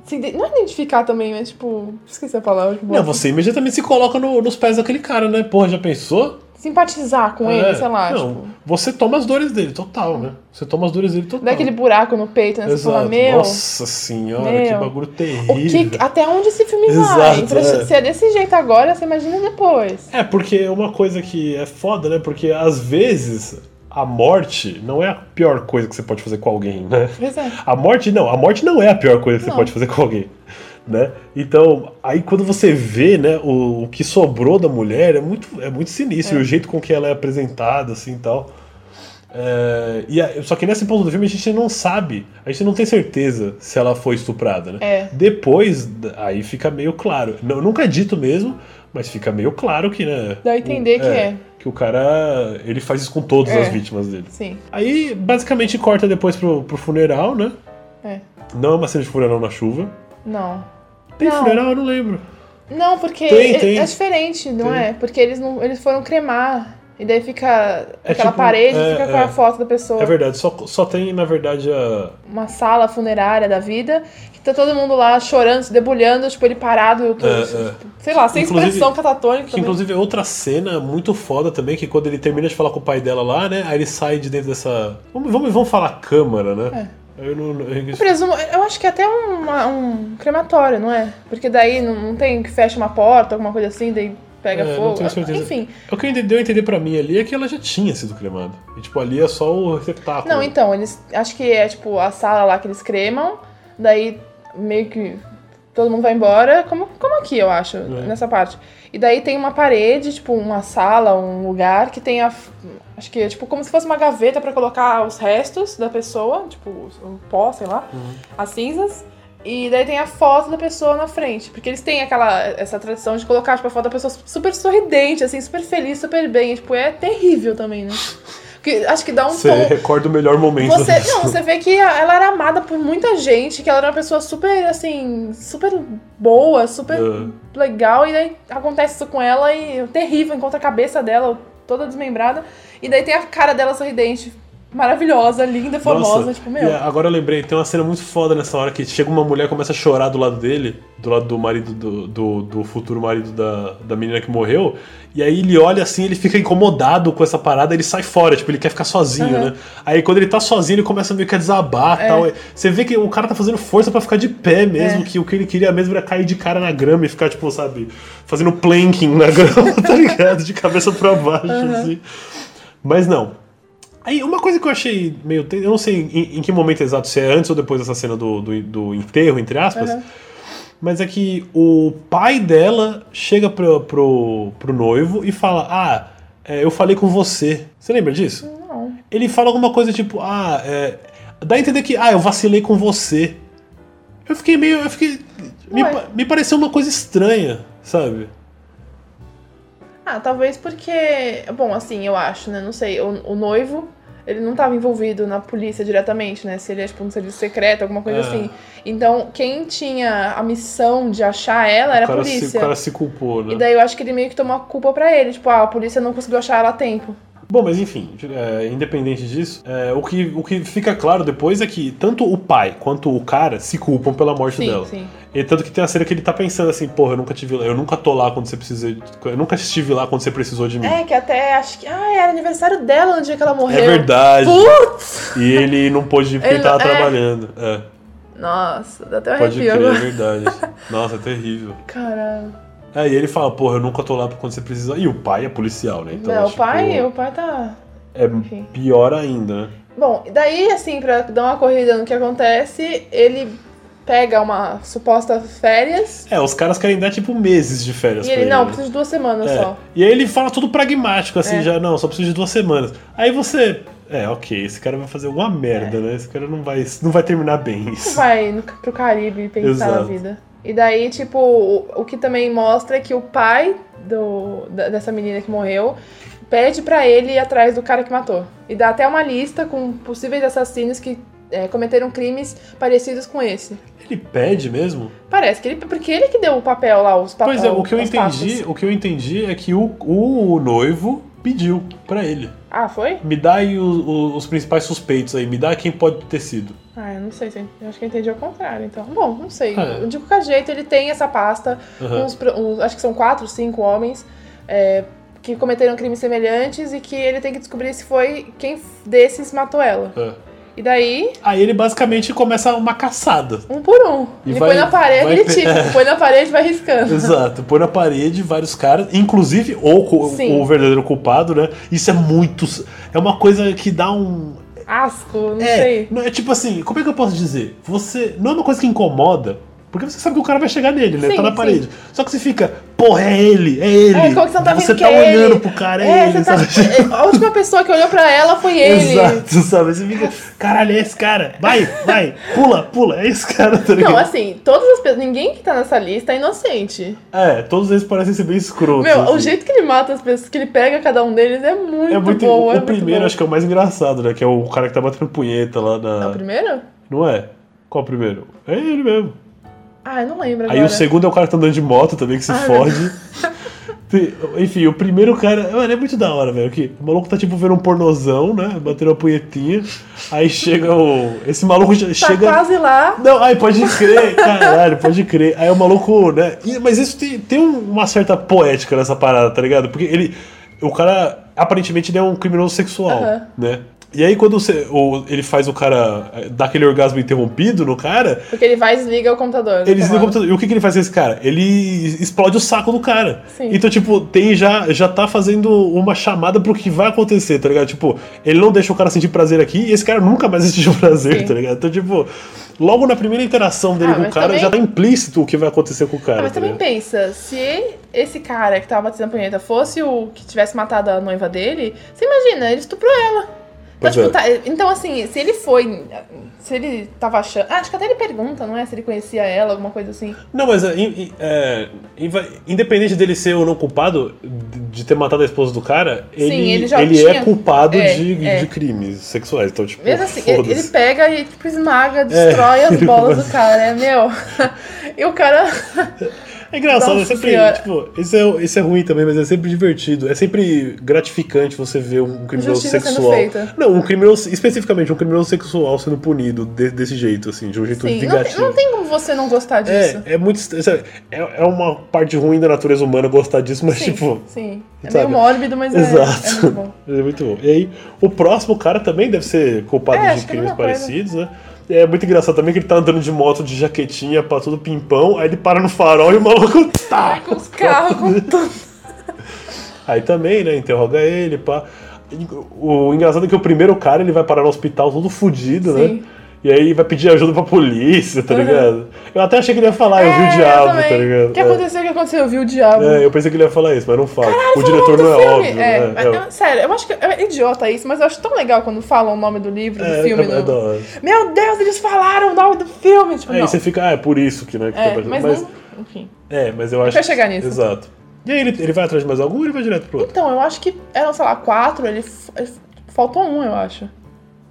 Speaker 1: Se, ide- não é identificar também, mas tipo. Esqueci a palavra. que
Speaker 2: Não,
Speaker 1: boa.
Speaker 2: você imediatamente se coloca no- nos pés daquele cara, né? Porra, já pensou?
Speaker 1: Simpatizar com
Speaker 2: É,
Speaker 1: ele, sei lá.
Speaker 2: Não,
Speaker 1: Tipo,
Speaker 2: você toma as dores dele, total, né? Você toma as dores dele total.
Speaker 1: daquele é buraco no peito, né? Você fala,
Speaker 2: Exato.
Speaker 1: meu.
Speaker 2: Nossa senhora, que
Speaker 1: meu,
Speaker 2: bagulho terrível.
Speaker 1: O que, até onde esse filme
Speaker 2: Exato,
Speaker 1: vai? Pra-
Speaker 2: é.
Speaker 1: Se é desse jeito agora, você imagina depois.
Speaker 2: É, porque uma coisa que é foda, né? Porque às vezes a morte não é a pior coisa que você pode fazer com alguém, né?
Speaker 1: Pois é.
Speaker 2: A morte não, a morte não é a pior coisa que você
Speaker 1: Não.
Speaker 2: pode fazer com alguém, né? Então, aí quando você vê, né, o, o que sobrou da mulher é muito, é muito sinistro, e o jeito com que ela é apresentada, assim, e tal. É, e a- só que nesse ponto do filme a gente não sabe, a gente não tem certeza se ela foi estuprada, né?
Speaker 1: É.
Speaker 2: Depois, aí fica meio claro. Não, nunca é dito mesmo, mas fica meio claro que, né?
Speaker 1: Dá a entender
Speaker 2: o-
Speaker 1: que é.
Speaker 2: Que o cara, ele faz isso com todas
Speaker 1: É.
Speaker 2: as vítimas dele.
Speaker 1: Sim.
Speaker 2: Aí, basicamente, corta depois pro, pro funeral, né?
Speaker 1: É.
Speaker 2: Não é uma cena de funeral na chuva.
Speaker 1: Não.
Speaker 2: Tem
Speaker 1: Não.
Speaker 2: funeral? Eu não lembro.
Speaker 1: Não, porque
Speaker 2: Tem,
Speaker 1: é-
Speaker 2: tem.
Speaker 1: é diferente, não
Speaker 2: Tem.
Speaker 1: é? Porque eles não, eles foram cremar. E daí fica
Speaker 2: É
Speaker 1: aquela
Speaker 2: tipo-
Speaker 1: parede,
Speaker 2: é,
Speaker 1: fica com
Speaker 2: é.
Speaker 1: a foto da pessoa.
Speaker 2: É verdade, só, só tem, na verdade, a.
Speaker 1: Uma sala funerária da vida, que tá todo mundo lá chorando, se debulhando, tipo, ele parado, eu tô,
Speaker 2: É,
Speaker 1: tipo, sei lá, sem
Speaker 2: Inclusive-
Speaker 1: expressão catatônica
Speaker 2: Que
Speaker 1: também.
Speaker 2: inclusive é outra cena muito foda também, que quando ele termina de falar com o pai dela lá, né? Aí ele sai de dentro dessa. Vamos, vamos, vamos falar câmara, né?
Speaker 1: É.
Speaker 2: Eu não.
Speaker 1: Eu
Speaker 2: eu-
Speaker 1: presumo, eu acho que é até uma- um crematório, não é? Porque daí não, não tem que fecha uma porta, alguma coisa assim, daí pega
Speaker 2: É, não
Speaker 1: fogo.
Speaker 2: tenho certeza.
Speaker 1: Enfim.
Speaker 2: O que eu entendi- deu a entender pra mim ali é que ela já tinha sido cremada. E tipo, ali é só o receptáculo.
Speaker 1: Não, então, eles. Acho que é tipo a sala lá que eles cremam, daí meio que todo mundo vai embora, como, como aqui, eu acho, nessa parte. E daí tem uma parede, tipo, uma sala, um lugar que tem a. f- Acho que é tipo como se fosse uma gaveta pra colocar os restos da pessoa, tipo, os- o pó, sei lá, as cinzas. E daí tem a foto da pessoa na frente. Porque eles têm aquela essa tradição de colocar, tipo, a foto da pessoa super sorridente, assim, super feliz, super bem. E, tipo, é terrível também, né? Que, acho que dá um
Speaker 2: Você
Speaker 1: tom.
Speaker 2: recorda o melhor momento
Speaker 1: Você,
Speaker 2: disso.
Speaker 1: não, você vê que a- ela era amada por muita gente, que ela era uma pessoa super, assim, super boa, super
Speaker 2: É.
Speaker 1: legal, e daí acontece isso com ela e é terrível, encontra a cabeça dela toda desmembrada, e daí tem a cara dela sorridente, maravilhosa, linda, formosa,
Speaker 2: Nossa,
Speaker 1: tipo, meu.
Speaker 2: e agora eu lembrei, tem uma cena muito foda nessa hora que chega uma mulher e começa a chorar do lado dele, do lado do marido, do, do, do futuro marido da, da menina que morreu, e aí ele olha assim, ele fica incomodado com essa parada, ele sai fora, tipo, ele quer ficar sozinho,
Speaker 1: Aham.
Speaker 2: né? Aí quando ele tá sozinho, ele começa meio que a desabar e tal. Você vê que o cara tá fazendo força pra ficar de pé mesmo,
Speaker 1: É.
Speaker 2: que o que ele queria mesmo era cair de cara na grama e ficar, tipo, sabe, fazendo planking na (laughs) grama, tá ligado? De cabeça pra baixo, assim. Mas não, Aí, uma coisa que eu achei meio. te- Eu não sei em, em que momento exato, se é antes ou depois dessa cena do, do, do enterro, entre aspas.
Speaker 1: Aham.
Speaker 2: Mas é que o pai dela chega pro, pro, pro noivo e fala: Ah, é, eu falei com você. Você lembra disso?
Speaker 1: Não.
Speaker 2: Ele fala alguma coisa tipo: Ah, é, dá a entender que. Ah, eu vacilei com você. Eu fiquei meio. Eu fiquei. Me,
Speaker 1: Ué.
Speaker 2: pa- me pareceu uma coisa estranha, sabe?
Speaker 1: Ah, talvez porque. Bom, assim, eu acho, né? Não sei. O, o noivo, ele não estava envolvido na polícia diretamente, né? Se ele é tipo um serviço secreto, alguma coisa
Speaker 2: É.
Speaker 1: assim. Então, quem tinha a missão de achar ela era
Speaker 2: o,
Speaker 1: a
Speaker 2: cara se,
Speaker 1: polícia.
Speaker 2: o cara se culpou, né?
Speaker 1: E daí eu acho que ele meio que tomou a culpa pra ele. Tipo, ah, a polícia não conseguiu achar ela a tempo.
Speaker 2: Bom, mas enfim, é, independente disso, é, o, que, o que fica claro depois é que tanto o pai quanto o cara se culpam pela morte
Speaker 1: Sim,
Speaker 2: dela.
Speaker 1: sim.
Speaker 2: E tanto que tem a cena que ele tá pensando assim, porra, eu nunca tive lá, eu nunca tô lá quando você precisa. Eu nunca estive lá quando você precisou de mim.
Speaker 1: É, que até acho que. Ah, era aniversário dela no dia que ela morreu.
Speaker 2: Hum. É verdade.
Speaker 1: Putz!
Speaker 2: E ele não pôde ir porque ele,
Speaker 1: Ele-
Speaker 2: tava
Speaker 1: é.
Speaker 2: trabalhando. É,
Speaker 1: Nossa, dá até um
Speaker 2: pode
Speaker 1: arrepio
Speaker 2: crer, é
Speaker 1: agora.
Speaker 2: verdade. Nossa, é terrível.
Speaker 1: Caralho.
Speaker 2: É, e ele fala, porra, eu nunca tô lá quando você precisa. E o pai é policial, né? Então,
Speaker 1: Não,
Speaker 2: é,
Speaker 1: o pai,
Speaker 2: tipo,
Speaker 1: o pai tá.
Speaker 2: É
Speaker 1: enfim.
Speaker 2: pior ainda, né?
Speaker 1: Bom, e daí, assim, pra dar uma corrida no que acontece, ele pega uma suposta férias
Speaker 2: É, os caras querem dar, tipo, meses de férias
Speaker 1: e
Speaker 2: pra
Speaker 1: ele,
Speaker 2: né?
Speaker 1: não, precisa de duas semanas
Speaker 2: É,
Speaker 1: só.
Speaker 2: E aí ele fala tudo pragmático, assim,
Speaker 1: É.
Speaker 2: já, não, só preciso de duas semanas. Aí você. É, ok, esse cara vai fazer alguma merda, né? Esse cara não vai, não vai terminar bem
Speaker 1: Você
Speaker 2: isso.
Speaker 1: É. vai no, pro Caribe pensar na
Speaker 2: Exato.
Speaker 1: vida. E daí, tipo, o, o que também mostra é que o pai do, da- dessa menina que morreu pede pra ele ir atrás do cara que matou. E dá até uma lista com possíveis assassinos que é, cometeram crimes parecidos com esse.
Speaker 2: Ele pede mesmo?
Speaker 1: Parece que ele. Porque ele que deu o papel lá, os papéis.
Speaker 2: pois é, o que eu entendi, o que eu entendi é que o, o noivo pediu pra ele.
Speaker 1: Ah, foi?
Speaker 2: Me dá aí o- o- os principais suspeitos aí, me dá quem pode ter sido.
Speaker 1: Ah, eu não sei, se eu eu acho que eu entendi ao contrário, então. Bom, não sei.
Speaker 2: É.
Speaker 1: De qualquer jeito, ele tem essa pasta,
Speaker 2: Aham.
Speaker 1: uns pro- uns- acho que são quatro, cinco homens é, que cometeram crimes semelhantes e que ele tem que descobrir se foi quem desses matou ela.
Speaker 2: É.
Speaker 1: E daí,
Speaker 2: Aí ele basicamente começa uma caçada.
Speaker 1: (laughs) um por um.
Speaker 2: E
Speaker 1: ele
Speaker 2: vai-
Speaker 1: põe na parede,
Speaker 2: vai
Speaker 1: ele
Speaker 2: pe-
Speaker 1: tipo, põe na parede e vai riscando.
Speaker 2: Exato, pôr na parede vários caras, inclusive ou co-
Speaker 1: Sim.
Speaker 2: o verdadeiro culpado, né? Isso é muito. É uma coisa que dá um.
Speaker 1: Asco, não
Speaker 2: É,
Speaker 1: sei.
Speaker 2: não, é tipo assim, como é que eu posso dizer? Você. Não é uma coisa que incomoda, porque você sabe que o cara vai chegar nele, né?
Speaker 1: Sim,
Speaker 2: tá na
Speaker 1: sim.
Speaker 2: parede. Só que você fica, porra, é ele, é ele.
Speaker 1: É, como que você não tá vendo que
Speaker 2: tá
Speaker 1: é
Speaker 2: olhando
Speaker 1: ele?
Speaker 2: pro cara, é, ele,
Speaker 1: você tá-
Speaker 2: sabe?
Speaker 1: é, a última pessoa que olhou pra ela foi ele.
Speaker 2: Exato, sabe? Você fica, caralho, é esse cara. Vai, vai, pula, pula, é esse cara, tá ligado?
Speaker 1: Não, assim, todas as pessoas. Ninguém que tá nessa lista é inocente.
Speaker 2: É, todos eles parecem ser bem escrotos.
Speaker 1: Meu, o
Speaker 2: assim.
Speaker 1: jeito que ele mata as pessoas, que ele pega cada um deles é muito,
Speaker 2: É muito,
Speaker 1: bom.
Speaker 2: o
Speaker 1: é muito
Speaker 2: primeiro
Speaker 1: bom.
Speaker 2: acho que é o mais engraçado, né? Que é o cara que tá batendo punheta lá
Speaker 1: É o
Speaker 2: na.
Speaker 1: primeiro?
Speaker 2: Não é? Qual é o primeiro? É ele mesmo.
Speaker 1: Ah, eu não lembro agora.
Speaker 2: Aí o segundo é o cara que tá andando de moto também, que se
Speaker 1: Ai, meu
Speaker 2: fode. (laughs) Tem- Enfim, o primeiro cara. Mano, é muito da hora, velho. Que o maluco tá tipo vendo um pornozão, né? Batendo uma punhetinha. Aí chega o. Esse maluco já
Speaker 1: Tá
Speaker 2: chega.
Speaker 1: quase lá.
Speaker 2: Não, ai, pode crer, caralho, pode crer. Aí o maluco, né? e- mas isso tem, tem um- uma certa poética nessa parada, tá ligado? Porque ele. O cara, aparentemente, ele é um criminoso sexual,
Speaker 1: Aham.
Speaker 2: né? E aí quando você, o- ele faz o cara. eh, dá aquele orgasmo interrompido no cara,
Speaker 1: Porque ele vai e desliga o computor.
Speaker 2: ele desliga o
Speaker 1: tomara.
Speaker 2: computador. E o que, que ele faz com esse cara? Ele explode o saco do cara.
Speaker 1: Sim.
Speaker 2: Então, tipo, tem já, já tá fazendo uma chamada pro que vai acontecer, tá ligado? Tipo, ele não deixa o cara sentir prazer aqui e esse cara nunca mais (laughs) sentiu prazer,
Speaker 1: Sim.
Speaker 2: tá ligado? Então, tipo, logo na primeira interação dele
Speaker 1: Ah,
Speaker 2: com o
Speaker 1: mas
Speaker 2: cara
Speaker 1: também-
Speaker 2: já tá implícito o que vai acontecer com o cara.
Speaker 1: Ah, mas
Speaker 2: tá
Speaker 1: também
Speaker 2: ligado?
Speaker 1: pensa, se ele- esse cara que tava batendo a punheta fosse o que tivesse matado a noiva dele, você imagina, ele estuprou ela. Então,
Speaker 2: Pois
Speaker 1: tipo,
Speaker 2: é.
Speaker 1: tá- então, assim, se ele foi. Se ele tava achando. Ah, acho que até ele pergunta, não é? Se ele conhecia ela, alguma coisa assim.
Speaker 2: Não, mas é, in- in- é, inva- independente dele ser ou não culpado, de- de de ter matado a esposa do cara, ele,
Speaker 1: Sim, ele
Speaker 2: ele,
Speaker 1: já tinha-
Speaker 2: é culpado
Speaker 1: é,
Speaker 2: de,
Speaker 1: é.
Speaker 2: de crimes sexuais. Então, tipo,
Speaker 1: Mesmo assim, ele,
Speaker 2: foda-se. É,
Speaker 1: ele pega e tipo, esmaga, destrói
Speaker 2: (laughs)
Speaker 1: as
Speaker 2: ele
Speaker 1: bolas
Speaker 2: vai-
Speaker 1: do cara, é
Speaker 2: (laughs)
Speaker 1: meu. e o cara.
Speaker 2: É engraçado,
Speaker 1: Nossa
Speaker 2: é sempre.
Speaker 1: Senhora.
Speaker 2: Tipo, isso é, isso é ruim também, mas é sempre divertido. É sempre gratificante você ver um criminoso
Speaker 1: Justiça sendo
Speaker 2: sexual.
Speaker 1: feita.
Speaker 2: Não, um criminoso, especificamente um criminoso sexual sendo punido de- desse jeito, assim, de um jeito
Speaker 1: Sim, não tem,
Speaker 2: vingativo.
Speaker 1: não tem como você não gostar disso.
Speaker 2: é, é muito. est- sabe, É, é uma parte ruim da natureza humana gostar disso, mas,
Speaker 1: sim,
Speaker 2: (laughs) tipo.
Speaker 1: sim. É
Speaker 2: sabe?
Speaker 1: meio mórbido, mas é,
Speaker 2: Exato.
Speaker 1: é muito bom.
Speaker 2: (laughs) É muito bom. E aí, o próximo cara também deve ser culpado
Speaker 1: É, acho que é
Speaker 2: de
Speaker 1: a
Speaker 2: crimes
Speaker 1: mesma coisa.
Speaker 2: parecidos, né? É muito engraçado também que ele tá andando de moto de jaquetinha pra todo pimpão, aí ele para no farol e o maluco tá!
Speaker 1: Vai com os carros, com tudo.
Speaker 2: Aí também, né, interroga ele, pá. O engraçado é que o primeiro cara, ele vai parar no hospital todo fudido,
Speaker 1: Sim.
Speaker 2: né? E aí vai pedir ajuda pra polícia, tá
Speaker 1: Uhum.
Speaker 2: ligado? Eu até achei que ele ia falar, Ah, eu vi
Speaker 1: É,
Speaker 2: o diabo,
Speaker 1: também.
Speaker 2: tá ligado?
Speaker 1: O que
Speaker 2: É.
Speaker 1: aconteceu? O que aconteceu? Eu vi o diabo.
Speaker 2: É, eu pensei que ele ia falar isso, mas não fala. o
Speaker 1: Falou
Speaker 2: diretor
Speaker 1: do
Speaker 2: não é
Speaker 1: filme.
Speaker 2: óbvio,
Speaker 1: É,
Speaker 2: né?
Speaker 1: mas eu- sério, eu acho que é idiota isso, mas eu acho tão legal quando falam o nome do livro, do
Speaker 2: É,
Speaker 1: filme.
Speaker 2: é,
Speaker 1: no-
Speaker 2: é da hora.
Speaker 1: Meu Deus, eles falaram o nome do filme! Tipo,
Speaker 2: Aí
Speaker 1: não.
Speaker 2: você fica, ah, é por isso que, né? Que
Speaker 1: É,
Speaker 2: tá
Speaker 1: mas,
Speaker 2: mas,
Speaker 1: não. Enfim.
Speaker 2: é, mas eu acho.
Speaker 1: vai chegar nisso.
Speaker 2: Exato. E aí ele, ele vai atrás de mais algum ou ele vai direto pro outro?
Speaker 1: Então, eu acho que eram, sei lá, quatro, ele. f- ele f- Faltou um, eu acho.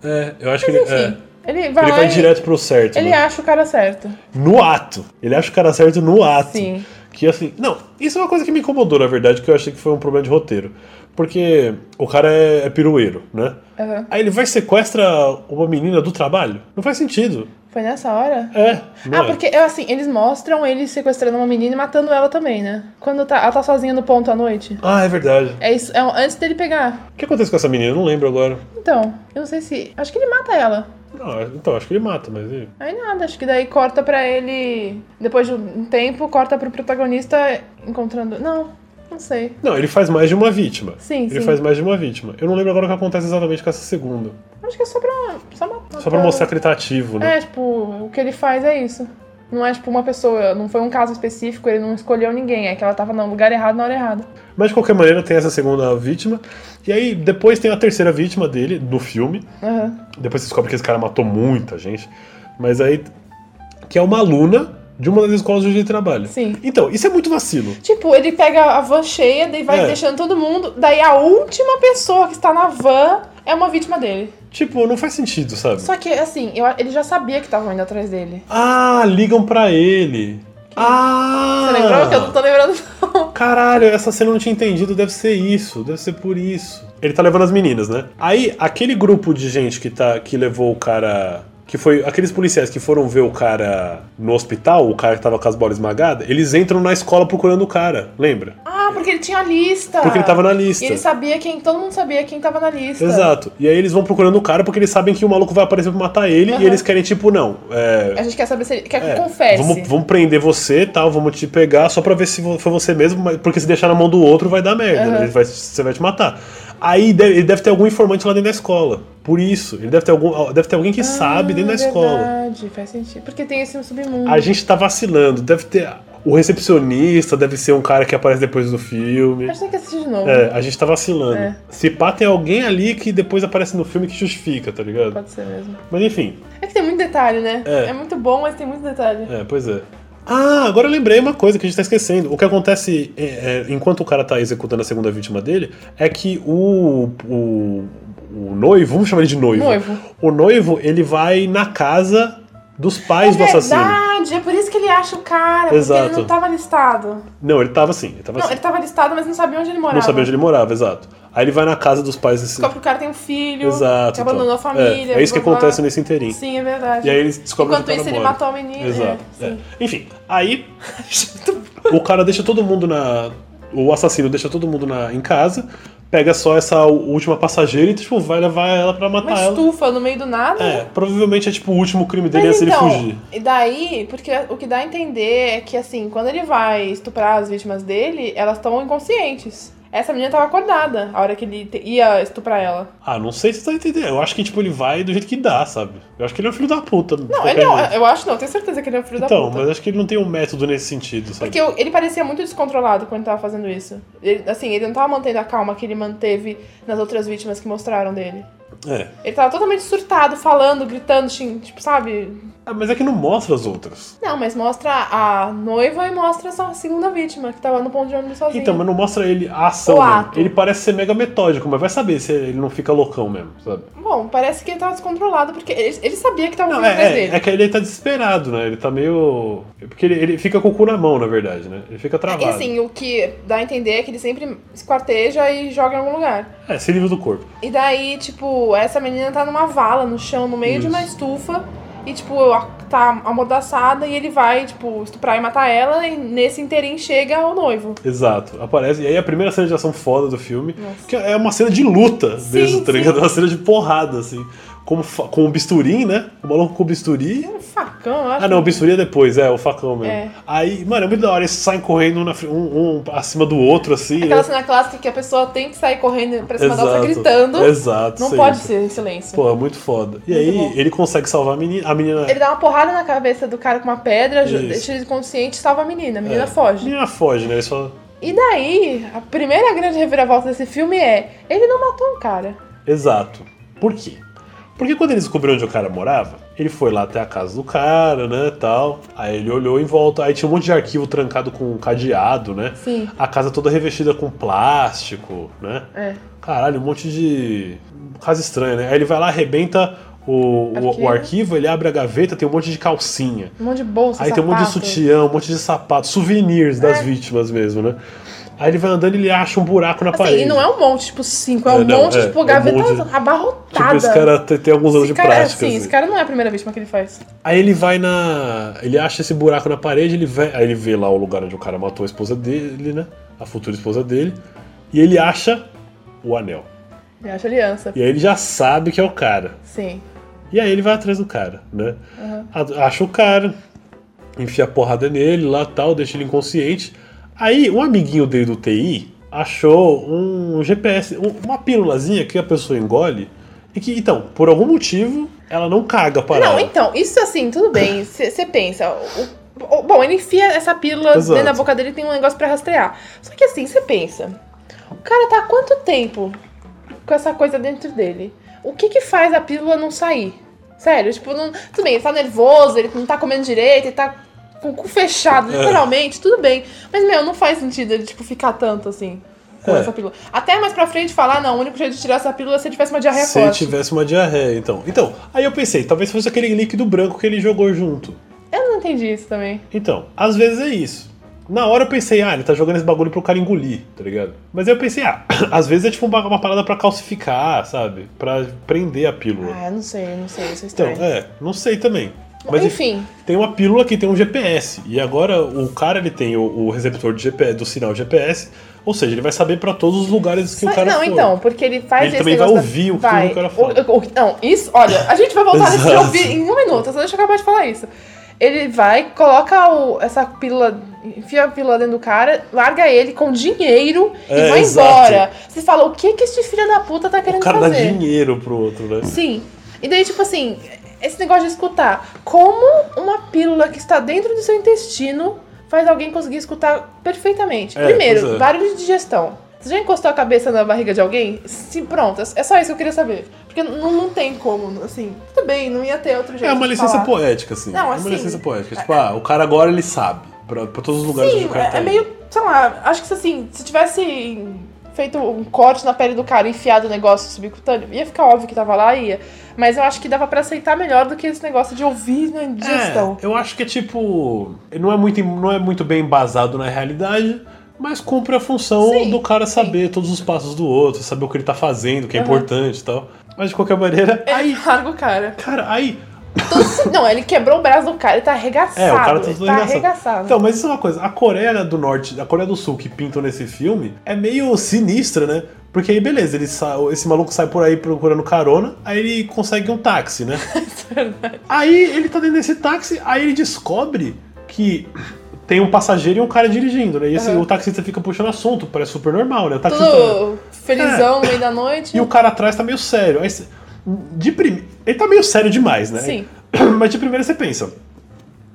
Speaker 2: É, eu acho que ele.
Speaker 1: Mas
Speaker 2: é.
Speaker 1: enfim. Ele vai
Speaker 2: ele
Speaker 1: lá
Speaker 2: vai
Speaker 1: e-
Speaker 2: direto pro certo.
Speaker 1: Ele
Speaker 2: né?
Speaker 1: acha o cara certo.
Speaker 2: No ato. Ele acha o cara certo no ato.
Speaker 1: Sim.
Speaker 2: Que assim. Não, isso é uma coisa que me incomodou, na verdade, que eu achei que foi um problema de roteiro. Porque o cara é, é pirueiro, né?
Speaker 1: Aham.
Speaker 2: Aí ele vai e sequestra uma menina do trabalho? Não faz sentido.
Speaker 1: Foi nessa hora?
Speaker 2: É. não
Speaker 1: Ah,
Speaker 2: é.
Speaker 1: porque eu, assim, eles mostram ele sequestrando uma menina e matando ela também, né? Quando tá, ela tá sozinha no ponto à noite.
Speaker 2: Ah, é verdade.
Speaker 1: É isso, é um- antes dele pegar.
Speaker 2: O que acontece com essa menina? Eu não lembro agora.
Speaker 1: Então, eu não sei se. Acho que ele mata ela.
Speaker 2: Não, então, acho que ele mata, mas. e-
Speaker 1: Aí nada, acho que daí corta pra ele. Depois de um tempo, corta pro protagonista encontrando. Não, não sei.
Speaker 2: Não, ele faz mais de uma vítima.
Speaker 1: Sim,
Speaker 2: Ele
Speaker 1: sim.
Speaker 2: faz mais de uma vítima. Eu não lembro agora o que acontece exatamente com essa segunda.
Speaker 1: Acho que é só pra. Só, uma,
Speaker 2: Só pra mostrar que ele tá ativo, né?
Speaker 1: É, tipo, o que ele faz é isso. Não é tipo uma pessoa, não foi um caso específico, ele não escolheu ninguém. É que ela tava no lugar errado na hora errada.
Speaker 2: Mas de qualquer maneira tem essa segunda vítima. E aí depois tem a terceira vítima dele, do filme.
Speaker 1: Aham.
Speaker 2: Depois você descobre que esse cara matou muita gente. Mas aí. Que é uma aluna de uma das escolas onde ele trabalha.
Speaker 1: Sim.
Speaker 2: Então, isso é muito vacilo.
Speaker 1: Tipo, ele pega a van cheia, daí vai
Speaker 2: É.
Speaker 1: deixando todo mundo. Daí a última pessoa que está na van é uma vítima dele.
Speaker 2: Tipo, não faz sentido, sabe?
Speaker 1: Só que, assim, eu- ele já sabia que estavam indo atrás dele.
Speaker 2: Ah, ligam pra ele. Ah!
Speaker 1: Você lembrou? Que eu não tô lembrando, não. (laughs)
Speaker 2: Caralho, essa cena eu não tinha entendido, deve ser isso, deve ser por isso. Ele tá levando as meninas, né? Aí, aquele grupo de gente que tá que levou o cara. Que foi. Aqueles policiais que foram ver o cara no hospital, o cara que tava com as bolas esmagadas, eles entram na escola procurando o cara, lembra?
Speaker 1: Ah, porque ele tinha a lista.
Speaker 2: Porque ele tava na lista.
Speaker 1: E ele sabia quem. Todo mundo sabia quem tava na lista.
Speaker 2: Exato. E aí eles vão procurando o cara porque eles sabem que o maluco vai aparecer pra matar ele
Speaker 1: Aham.
Speaker 2: e eles querem, tipo, não. É,
Speaker 1: A gente quer saber se ele. Quer que
Speaker 2: É,
Speaker 1: confesse.
Speaker 2: Vamos, vamos prender você e tal, vamos te pegar só pra ver se vo- foi você mesmo, mas- porque se deixar na mão do outro vai dar merda, né?
Speaker 1: Aham.
Speaker 2: Ele vai- você vai te matar. Aí deve, ele deve ter algum informante lá dentro da escola. Por isso, ele deve ter, algum, deve ter alguém que sabe dentro da escola.
Speaker 1: Ah, Verdade, faz sentido. Porque tem esse submundo.
Speaker 2: A gente tá vacilando, deve ter. O recepcionista deve ser um cara que aparece depois do filme.
Speaker 1: A gente tem que assistir de novo.
Speaker 2: É, a gente tá vacilando.
Speaker 1: É.
Speaker 2: Se pá, tem alguém ali que depois aparece no filme que justifica, tá ligado?
Speaker 1: Pode ser mesmo.
Speaker 2: Mas enfim,
Speaker 1: É que tem muito detalhe, né?
Speaker 2: É.
Speaker 1: muito bom, mas tem muito detalhe.
Speaker 2: É, pois é. Ah, agora eu lembrei uma coisa que a gente tá esquecendo. O que acontece é, é, enquanto o cara tá executando a segunda vítima dele é que o, o, o noivo, vamos chamar ele de noivo.
Speaker 1: Noivo.
Speaker 2: O noivo, ele vai na casa dos pais do assassino.
Speaker 1: verdade, é por isso que ele acha o cara,
Speaker 2: Exato.
Speaker 1: porque ele não tava listado.
Speaker 2: Não, ele tava assim, ele tava
Speaker 1: Não,
Speaker 2: assim.
Speaker 1: ele tava listado, mas não sabia onde ele morava.
Speaker 2: Não sabia onde ele morava, exato. Aí ele vai na casa dos pais desse.
Speaker 1: Descobre que o cara tem um filho,
Speaker 2: Exato.
Speaker 1: que abandonou
Speaker 2: então.
Speaker 1: a família.
Speaker 2: É, é isso que
Speaker 1: blá, blá, blá.
Speaker 2: acontece nesse inteirinho.
Speaker 1: Sim, é verdade.
Speaker 2: E aí eles descobrem
Speaker 1: Enquanto
Speaker 2: que tá o
Speaker 1: isso,
Speaker 2: cara
Speaker 1: ele
Speaker 2: mora.
Speaker 1: matou a menina.
Speaker 2: Exato.
Speaker 1: É,
Speaker 2: é.
Speaker 1: sim.
Speaker 2: Enfim, aí (laughs) o cara deixa todo mundo na. O assassino deixa todo mundo na, em casa, pega só essa última passageira e, tipo, vai levar ela pra matar
Speaker 1: Uma
Speaker 2: Ah, ela.
Speaker 1: estufa no meio do nada.
Speaker 2: É, provavelmente é tipo o último crime dele é
Speaker 1: Mas
Speaker 2: se
Speaker 1: então,
Speaker 2: ele fugir.
Speaker 1: e daí, porque o que dá a entender é que assim, quando ele vai estuprar as vítimas dele, elas estão inconscientes. Essa menina tava acordada a hora que ele te- ia estuprar ela.
Speaker 2: Ah, não sei se você tá entendendo. Eu acho que, tipo, ele vai do jeito que dá, sabe? Eu acho que ele é um filho da puta.
Speaker 1: Não, ele é um- não, eu acho não, tenho certeza que ele é um filho da
Speaker 2: Então,
Speaker 1: puta.
Speaker 2: mas acho que ele não tem um método nesse sentido, sabe?
Speaker 1: Porque eu- ele parecia muito descontrolado quando tava fazendo isso. Ele- assim, ele não tava mantendo a calma que ele manteve nas outras vítimas que mostraram dele.
Speaker 2: É.
Speaker 1: Ele tava totalmente surtado, falando, gritando, xin- tipo, sabe?
Speaker 2: Ah, mas é que não mostra as outras.
Speaker 1: Não, mas mostra a noiva e mostra essa segunda vítima, que tava no ponto de ônibus sozinha.
Speaker 2: Então, mas não mostra ele a ação.
Speaker 1: O
Speaker 2: né?
Speaker 1: ato.
Speaker 2: Ele parece ser mega metódico, mas vai saber se ele não fica loucão mesmo, sabe?
Speaker 1: Bom, parece que ele tava descontrolado, porque ele, ele sabia que tava
Speaker 2: Não,
Speaker 1: vindo atrás
Speaker 2: é,
Speaker 1: dele.
Speaker 2: é, é que ele tá desesperado, né? Ele tá meio. é Porque ele, ele fica com o cu na mão, na verdade, né? Ele fica travado.
Speaker 1: E assim, o que dá a entender é que ele sempre esquarteja e joga em algum lugar.
Speaker 2: É, se livra do corpo.
Speaker 1: E daí, tipo, essa menina tá numa vala no chão, no meio de uma estufa. E, tipo, a- tá amordaçada e ele vai, tipo, estuprar e matar ela. E nesse inteirinho chega o noivo.
Speaker 2: Exato. Aparece. E aí a primeira cena de ação foda do filme,
Speaker 1: Nossa.
Speaker 2: que é uma cena de luta
Speaker 1: Sim,
Speaker 2: mesmo, tá
Speaker 1: sim.
Speaker 2: ligado? Uma cena de porrada, assim. Como fa- com o bisturi, né? O maluco com o bisturi.
Speaker 1: Um facão, eu acho.
Speaker 2: Ah não, o bisturi é depois, é, o facão mesmo.
Speaker 1: É.
Speaker 2: Aí, mano, é muito da hora, eles saem correndo um, na fr- um- um acima do outro, assim.
Speaker 1: Aquela
Speaker 2: né?
Speaker 1: cena clássica que a pessoa tem que sair correndo pra cima da outra
Speaker 2: Exato.
Speaker 1: gritando.
Speaker 2: Exato.
Speaker 1: Não
Speaker 2: sempre.
Speaker 1: pode ser em silêncio.
Speaker 2: Pô, é muito foda. E
Speaker 1: Muito
Speaker 2: aí,
Speaker 1: bom.
Speaker 2: ele consegue salvar a menina. A menina
Speaker 1: Ele dá uma porrada na cabeça do cara com uma pedra, ju-
Speaker 2: Isso.
Speaker 1: deixa ele inconsciente e salva a menina. A menina
Speaker 2: É. A
Speaker 1: foge.
Speaker 2: menina foge, né? Ele só.
Speaker 1: E daí, a primeira grande reviravolta desse filme é: ele não matou um cara.
Speaker 2: Exato. Por quê? Porque quando ele descobriu onde o cara morava, ele foi lá até a casa do cara, né, tal. Aí ele olhou em volta, aí tinha um monte de arquivo trancado com um cadeado, né?
Speaker 1: Sim.
Speaker 2: A casa toda revestida com plástico, né?
Speaker 1: É.
Speaker 2: Caralho, um monte de. Casa estranha, né? Aí ele vai lá, arrebenta o, o- o
Speaker 1: Arquivo.
Speaker 2: arquivo, ele abre a gaveta, tem um monte de calcinha.
Speaker 1: Um monte de bolsa.
Speaker 2: Aí tem um monte de
Speaker 1: sapato.
Speaker 2: sutiã, um monte de sapato, souvenirs das
Speaker 1: É.
Speaker 2: vítimas mesmo, né? Aí ele vai andando e ele acha um buraco na
Speaker 1: Assim,
Speaker 2: parede.
Speaker 1: e não é um monte, tipo cinco, é um
Speaker 2: É, não,
Speaker 1: monte,
Speaker 2: é,
Speaker 1: tipo,
Speaker 2: é um
Speaker 1: gaveta
Speaker 2: monte de-
Speaker 1: abarrotada.
Speaker 2: Tipo, esse cara tem, tem alguns anos
Speaker 1: Esse
Speaker 2: de
Speaker 1: cara,
Speaker 2: prática.
Speaker 1: sim,
Speaker 2: assim.
Speaker 1: esse cara não é a primeira vítima que ele faz.
Speaker 2: Aí ele vai na. Ele acha esse buraco na parede, ele vai... aí ele vê lá o lugar onde o cara matou a esposa dele, né? A futura esposa dele. E ele acha o anel.
Speaker 1: Ele acha aliança.
Speaker 2: E aí ele já sabe que é o cara.
Speaker 1: Sim.
Speaker 2: E aí ele vai atrás do cara, né?
Speaker 1: Aham.
Speaker 2: A- Acha o cara, enfia a porrada nele lá tal, deixa ele inconsciente. Aí um amiguinho dele do TI achou um GPS, um- uma pílulazinha que a pessoa engole e que, então, por algum motivo, ela não caga a parada.
Speaker 1: Não, então, isso assim, tudo bem. Você pensa. o- o- bom, ele enfia essa pílula
Speaker 2: Exato.
Speaker 1: dentro da boca dele e tem um negócio pra rastrear. Só que assim, você pensa. O cara tá há quanto tempo com essa coisa dentro dele? O que que faz a pílula não sair? Sério, tipo, não, tudo bem, ele tá nervoso, ele não tá comendo direito, ele tá com o cu fechado,
Speaker 2: É.
Speaker 1: literalmente, tudo bem. Mas, meu, não faz sentido ele, tipo, ficar tanto assim com
Speaker 2: É.
Speaker 1: essa pílula. Até mais pra frente falar, não, o único jeito de tirar essa pílula é se ele tivesse uma diarreia
Speaker 2: Se
Speaker 1: forte.
Speaker 2: tivesse uma diarreia, então. Então, aí eu pensei, talvez fosse aquele líquido branco que ele jogou junto.
Speaker 1: Eu não entendi isso também.
Speaker 2: Então, às vezes é isso. Na hora eu pensei, ah, ele tá jogando esse bagulho pro cara engolir, tá ligado? Mas aí eu pensei, ah, (clears throat) às vezes é tipo uma, uma parada pra calcificar, sabe? Pra prender a pílula.
Speaker 1: Ah, eu não sei, eu não sei, isso é
Speaker 2: Então,
Speaker 1: estranho.
Speaker 2: é, não sei também. Mas enfim,
Speaker 1: enfim,
Speaker 2: tem uma pílula que tem um GPS. E agora o cara ele tem o, o receptor do, GPS, do sinal GPS, ou seja, ele vai saber pra todos os lugares que
Speaker 1: só-
Speaker 2: o cara
Speaker 1: não,
Speaker 2: for.
Speaker 1: então, porque ele faz
Speaker 2: Ele
Speaker 1: esse
Speaker 2: também vai
Speaker 1: negócio
Speaker 2: ouvir o que
Speaker 1: vai.
Speaker 2: o cara fala.
Speaker 1: O- o- não, isso, olha, a gente vai voltar nesse
Speaker 2: Exato.
Speaker 1: ouvir em um minuto, só deixa eu acabar de falar isso. Ele vai, coloca o- essa pílula, enfia a pílula dentro do cara, larga ele com dinheiro e
Speaker 2: É,
Speaker 1: vai
Speaker 2: exato.
Speaker 1: embora. Você fala, o que que este filho da puta tá
Speaker 2: O
Speaker 1: querendo
Speaker 2: cara dá
Speaker 1: fazer?
Speaker 2: dinheiro pro outro, né?
Speaker 1: Sim. E daí, tipo assim, esse negócio de escutar. Como uma pílula que está dentro do seu intestino faz alguém conseguir escutar perfeitamente?
Speaker 2: É, pois
Speaker 1: Primeiro,
Speaker 2: é.
Speaker 1: barulho de digestão. Você já encostou a cabeça na barriga de alguém? Sim, pronto. É só isso que eu queria saber. Porque não, não tem como, assim. Tudo bem, não ia ter outro jeito.
Speaker 2: É uma
Speaker 1: de
Speaker 2: licença
Speaker 1: falar.
Speaker 2: poética, assim.
Speaker 1: Não,
Speaker 2: é
Speaker 1: assim,
Speaker 2: uma licença poética. Tipo, ah, o cara agora ele sabe. Pra, pra todos os lugares onde
Speaker 1: Sim,
Speaker 2: o cara
Speaker 1: é,
Speaker 2: tá
Speaker 1: é
Speaker 2: indo.
Speaker 1: meio. Sei lá, acho que assim, se tivesse feito um corte na pele do cara, enfiado o negócio subcutâneo, ia ficar óbvio que tava lá, ia. Mas eu acho que dava pra aceitar melhor do que esse negócio de ouvir na digestão.
Speaker 2: É, eu acho que é tipo. Não é muito, não é muito bem embasado na realidade, mas cumpre a função
Speaker 1: Sim,
Speaker 2: do cara saber todos os passos do outro, saber o que ele tá fazendo, o que é
Speaker 1: Aham. É.
Speaker 2: importante e tal. Mas de qualquer maneira, É, aí.
Speaker 1: Ele larga o cara.
Speaker 2: Cara, aí.
Speaker 1: Todo se- não, ele quebrou o braço do cara, ele tá arregaçado.
Speaker 2: É, o cara tá
Speaker 1: ele
Speaker 2: todo
Speaker 1: tá
Speaker 2: arregaçado.
Speaker 1: arregaçado.
Speaker 2: Então, mas isso é uma coisa. A Coreia do Norte, a Coreia do Sul que pintam nesse filme é meio sinistra, né? Porque aí, beleza, ele sa... esse maluco sai por aí procurando carona, aí ele consegue um
Speaker 1: (laughs)
Speaker 2: táxi, né?
Speaker 1: É
Speaker 2: Aí ele tá dentro desse táxi, aí ele descobre que tem um passageiro e um cara dirigindo, né? E esse-
Speaker 1: Aham.
Speaker 2: o taxista fica puxando assunto, parece super normal, né? O taxista,
Speaker 1: Tudo felizão no meio da noite.
Speaker 2: É. E o cara atrás tá meio sério. Aí cê- de prime... Ele tá meio sério demais, né?
Speaker 1: Sim.
Speaker 2: (clears throat) Mas de primeira você pensa.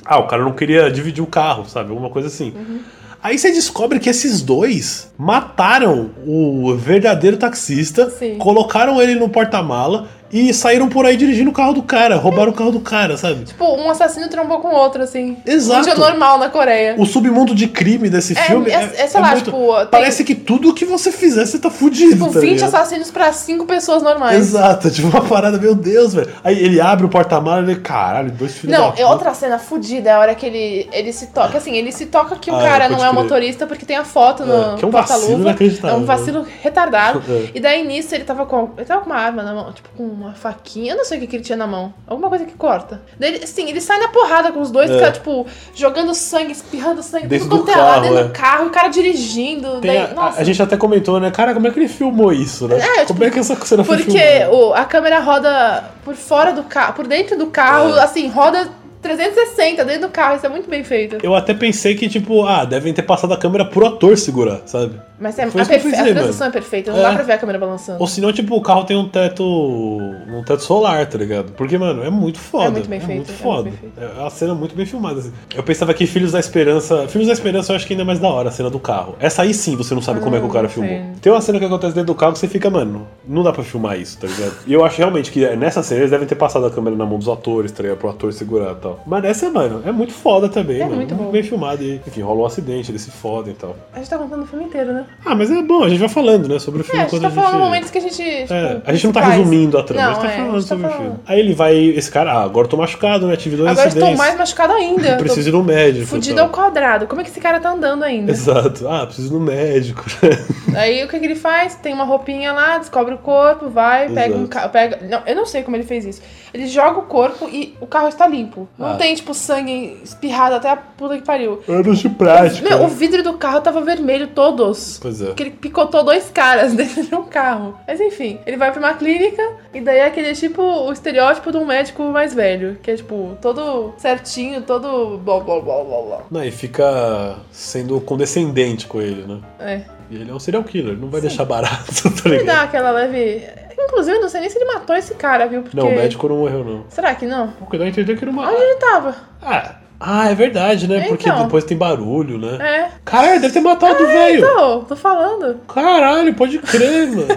Speaker 2: Ah, o cara não queria dividir o carro, sabe? Alguma coisa assim.
Speaker 1: Uhum.
Speaker 2: Aí você descobre que esses dois mataram o verdadeiro taxista,
Speaker 1: Sim.
Speaker 2: colocaram ele no porta-mala e saíram por aí dirigindo o carro do cara, roubaram o carro do cara, sabe?
Speaker 1: Tipo, um assassino trombou com outro, assim.
Speaker 2: Exato.
Speaker 1: Isso é normal na Coreia.
Speaker 2: O submundo de crime desse
Speaker 1: É,
Speaker 2: filme.
Speaker 1: é- é, sei lá, tipo, tem-
Speaker 2: Parece que tudo que você fizer, você tá fudido.
Speaker 1: Tipo,
Speaker 2: tá
Speaker 1: 20
Speaker 2: ligado?
Speaker 1: assassinos pra 5 pessoas normais.
Speaker 2: Exato, (laughs) tipo uma parada, meu Deus, velho. Aí ele abre o porta-malas e ele, caralho, dois filhos
Speaker 1: Não,
Speaker 2: da
Speaker 1: é
Speaker 2: puta.
Speaker 1: outra cena fodida, é a hora que ele, ele se toca, assim, ele se toca que o
Speaker 2: Ah,
Speaker 1: cara
Speaker 2: pode
Speaker 1: não é o
Speaker 2: crer.
Speaker 1: motorista porque tem a foto no
Speaker 2: É, que é um
Speaker 1: porta-luva.
Speaker 2: vacilo inacreditável,
Speaker 1: É um vacilo
Speaker 2: (laughs)
Speaker 1: retardado.
Speaker 2: É.
Speaker 1: E daí nisso ele tava com ele tava com uma arma na mão, tipo com uma faquinha, eu não sei o que, que ele tinha na mão, alguma coisa que corta. Daí, ele- assim, ele sai na porrada com os dois,
Speaker 2: É.
Speaker 1: fica, tipo, jogando sangue, espirrando sangue,
Speaker 2: Dentro
Speaker 1: tudo
Speaker 2: do
Speaker 1: quanto é lado,
Speaker 2: carro,
Speaker 1: dentro do
Speaker 2: é.
Speaker 1: carro, o cara dirigindo.
Speaker 2: Tem
Speaker 1: daí,
Speaker 2: a- a,
Speaker 1: nossa.
Speaker 2: a gente até comentou, né? Cara, como é que ele filmou isso, né?
Speaker 1: É,
Speaker 2: como
Speaker 1: tipo,
Speaker 2: é que essa cena foi
Speaker 1: Porque
Speaker 2: filmada?
Speaker 1: o- a câmera roda por fora do carro, por dentro do carro,
Speaker 2: É.
Speaker 1: assim, roda 360 dentro do carro, isso é muito bem feito.
Speaker 2: Eu até pensei que, tipo, ah, devem ter passado a câmera pro ator segurar, sabe?
Speaker 1: Mas é, a,
Speaker 2: Foi isso que eu
Speaker 1: perfe-
Speaker 2: fiz
Speaker 1: a
Speaker 2: aí,
Speaker 1: transição é perfeita, não
Speaker 2: É.
Speaker 1: dá pra ver a câmera balançando.
Speaker 2: Ou senão, tipo, o carro tem um teto. um teto solar, tá ligado? Porque, mano, é muito foda.
Speaker 1: É muito bem feito, é
Speaker 2: muito
Speaker 1: muito
Speaker 2: foda.
Speaker 1: bem feito.
Speaker 2: É uma cena muito bem filmada. assim. Eu pensava que Filhos da Esperança. Filhos da Esperança eu acho que ainda é mais da hora, a cena do carro. Essa aí sim você não sabe
Speaker 1: Ah,
Speaker 2: como é que o cara
Speaker 1: não sei.
Speaker 2: filmou. Tem uma cena que acontece dentro do carro que você fica, mano, não dá pra filmar isso, tá ligado? E eu acho realmente que é, nessa cena eles devem ter passado a câmera na mão dos atores, tá ligado? Pro ator segurar e tal. Mas essa, mano, é muito foda também,
Speaker 1: É
Speaker 2: mano.
Speaker 1: muito bom.
Speaker 2: bem filmado. E, enfim, rola um acidente, eles se fodem e tal.
Speaker 1: A gente tá contando o filme inteiro, né?
Speaker 2: Ah, mas é bom, a gente vai falando, né? Sobre o
Speaker 1: É,
Speaker 2: filme
Speaker 1: a gente
Speaker 2: quando
Speaker 1: tá falando momentos que a gente. Tipo,
Speaker 2: é, a gente não tá
Speaker 1: principais.
Speaker 2: resumindo a trama,
Speaker 1: Não,
Speaker 2: a gente tá
Speaker 1: é,
Speaker 2: falando
Speaker 1: a gente tá
Speaker 2: sobre o
Speaker 1: falando.
Speaker 2: filme. Aí ele vai, esse cara, ah, agora eu tô machucado, né? Tive dois
Speaker 1: Agora eu tô
Speaker 2: acidentes.
Speaker 1: mais machucada ainda. eu tô
Speaker 2: preciso ir no médico.
Speaker 1: Fudido
Speaker 2: tal.
Speaker 1: ao quadrado. Como é que esse cara tá andando ainda?
Speaker 2: Exato. Ah, preciso ir no médico. né?" (laughs)
Speaker 1: Aí o que, que ele faz? Tem uma roupinha lá, descobre o corpo, vai, pega um
Speaker 2: Exato.
Speaker 1: carro. Pega... Não, eu não sei como ele fez isso. Ele joga o corpo e o carro está limpo. Não
Speaker 2: Ah.
Speaker 1: tem, tipo, sangue espirrado até a puta que pariu.
Speaker 2: Anos de prática.
Speaker 1: Meu, o vidro do carro tava vermelho todos.
Speaker 2: Pois é.
Speaker 1: Porque ele picotou dois caras (laughs) dentro de um carro. Mas enfim, ele vai pra uma clínica e daí é aquele tipo o estereótipo de um médico mais velho. Que é tipo, todo certinho, todo blá blá blá blá blá.
Speaker 2: Não, e fica sendo condescendente com ele, né?
Speaker 1: É.
Speaker 2: E ele é um serial killer, não vai
Speaker 1: Sim.
Speaker 2: deixar barato, (laughs) tá
Speaker 1: Ele
Speaker 2: ligado?
Speaker 1: dá aquela leve. Inclusive, eu não sei nem se ele matou esse cara, viu? Porque.
Speaker 2: Não, o médico não morreu, não.
Speaker 1: Será que não?
Speaker 2: Porque dá a entender é que era uma.
Speaker 1: Onde ele tava?
Speaker 2: Ah, ah, é verdade, né?
Speaker 1: É,
Speaker 2: Porque
Speaker 1: então.
Speaker 2: depois tem barulho, né?
Speaker 1: É. Ah, então.
Speaker 2: Caralho, deve ter matado o velho. (laughs)
Speaker 1: Tô, tô falando.
Speaker 2: Caralho, pode crer, mano.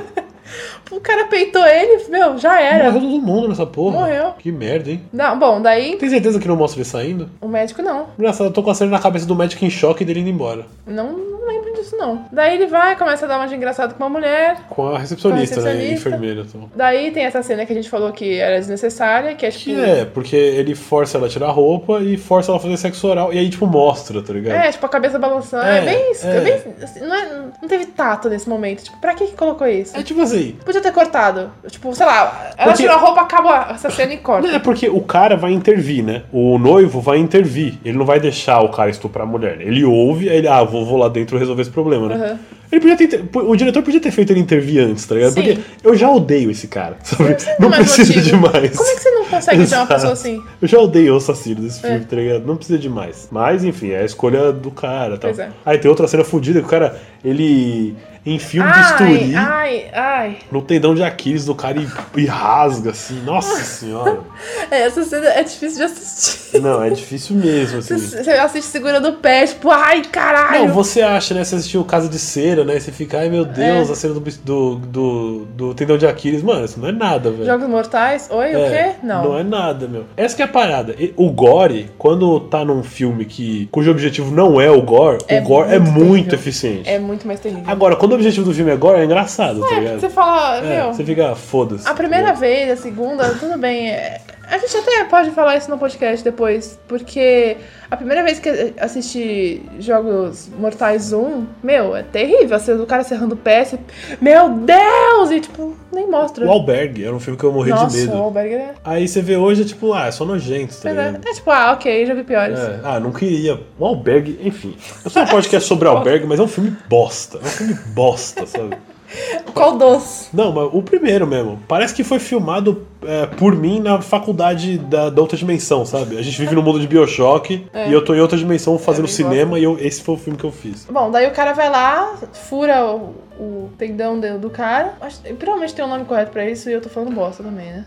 Speaker 1: O cara peitou ele, meu, já era.
Speaker 2: Morreu É, todo mundo nessa porra.
Speaker 1: Morreu.
Speaker 2: Que merda, hein?
Speaker 1: Não, bom, daí
Speaker 2: Tem certeza que não mostra ele saindo?
Speaker 1: o médico não.
Speaker 2: Engraçado, eu tô com a cena na cabeça do médico em choque e dele indo embora.
Speaker 1: Não, não lembro disso, não. Daí ele vai, começa a dar uma de engraçado com uma mulher.
Speaker 2: Com a recepcionista,
Speaker 1: Com a
Speaker 2: né? E
Speaker 1: recepcionista.
Speaker 2: enfermeira. Então.
Speaker 1: Daí tem essa cena que a gente falou que era desnecessária, que é tipo.
Speaker 2: Que é, porque ele força ela a tirar a roupa e força ela a fazer sexo oral. E aí, tipo, mostra, tá ligado?
Speaker 1: É, tipo, a cabeça balançando. É,
Speaker 2: É,
Speaker 1: bem. isso,
Speaker 2: é.
Speaker 1: é bem- assim, não, é- não teve tato nesse momento. Tipo, pra que que colocou isso?
Speaker 2: É tipo assim.
Speaker 1: Podia ter cortado. Tipo, sei lá, ela
Speaker 2: Porque-
Speaker 1: tirou a roupa, acaba essa cena e corta.
Speaker 2: (laughs) Não é porque o cara vai intervir, né? O noivo vai intervir. Ele não vai deixar o cara estuprar a mulher. né? Ele ouve, aí ele, ah, vou, vou lá dentro resolver esse problema, né?
Speaker 1: Uhum.
Speaker 2: Ele podia ter, inter- o diretor podia ter feito ele intervir antes, tá ligado?
Speaker 1: Sim.
Speaker 2: Porque eu já odeio esse cara. (laughs) Sabe? Não,
Speaker 1: mais
Speaker 2: precisa de
Speaker 1: é motivo.
Speaker 2: mais.
Speaker 1: Como é que você não consegue ser uma
Speaker 2: Exato.
Speaker 1: pessoa assim?
Speaker 2: Eu já odeio o assassino desse filme,
Speaker 1: É.
Speaker 2: tá ligado? Não precisa de mais. Mas, enfim, é a escolha do cara, tá?
Speaker 1: Pois é.
Speaker 2: Aí tem outra cena fodida que o cara, ele enfia um
Speaker 1: Ai,
Speaker 2: bisturi
Speaker 1: ai, ai.
Speaker 2: no tendão de Aquiles do cara e, e rasga, assim. Nossa senhora.
Speaker 1: É, Essa cena é difícil de
Speaker 2: (laughs)
Speaker 1: assistir.
Speaker 2: Não, é difícil mesmo,
Speaker 1: Você,
Speaker 2: assim.
Speaker 1: você assiste segurando o pé, tipo, ai, caralho.
Speaker 2: Não, você acha, né? Você assistiu Casa de Cera, né? e Você fica, ai meu Deus,
Speaker 1: É.
Speaker 2: a cena do, bis- do, do, do tendão de Aquiles. Mano, isso não é nada, velho.
Speaker 1: Jogos Mortais? Oi, o
Speaker 2: É,
Speaker 1: quê? Não.
Speaker 2: Não é nada, meu. Essa que é a parada. E- O gore, quando tá num filme que cujo objetivo não é o gore,
Speaker 1: É
Speaker 2: o gore é
Speaker 1: muito
Speaker 2: muito
Speaker 1: terrível.
Speaker 2: eficiente.
Speaker 1: É muito mais terrível.
Speaker 2: Agora, quando o objetivo do filme é gore, é engraçado, tá
Speaker 1: É,
Speaker 2: ligado?
Speaker 1: você fala,
Speaker 2: É,
Speaker 1: meu,
Speaker 2: você fica, ah, foda-se.
Speaker 1: a primeira
Speaker 2: tá ligado?
Speaker 1: vez, a segunda, tudo bem. é- A gente até pode falar isso no podcast depois, porque a primeira vez que eu assisti Jogos Mortais 1, meu, é terrível. Assim, o cara serrando o pé, você, meu Deus! E tipo, nem mostra.
Speaker 2: O Albergue era um filme que eu morri
Speaker 1: Nossa,
Speaker 2: de medo.
Speaker 1: o Alberg é...
Speaker 2: Aí você vê hoje, é tipo, ah, é só nojento, tá
Speaker 1: Pois é.
Speaker 2: ligado?
Speaker 1: É tipo, ah, ok, já vi piores.
Speaker 2: É, Ah, não queria. O albergue, enfim. Eu sei um
Speaker 1: (laughs)
Speaker 2: podcast sobre albergue, mas é um filme bosta. É um filme bosta, sabe?
Speaker 1: Qual doce?
Speaker 2: Não, mas o primeiro mesmo. Parece que foi filmado é, por mim na faculdade da, da outra dimensão, sabe? A gente vive no mundo de Bioshock
Speaker 1: É.
Speaker 2: e eu tô em outra dimensão fazendo
Speaker 1: bem
Speaker 2: cinema e eu- esse foi o filme que eu fiz.
Speaker 1: Bom, daí o cara vai lá, fura o, o tendão do, do cara. Acho, provavelmente tem um nome correto pra isso e eu tô falando bosta também, né?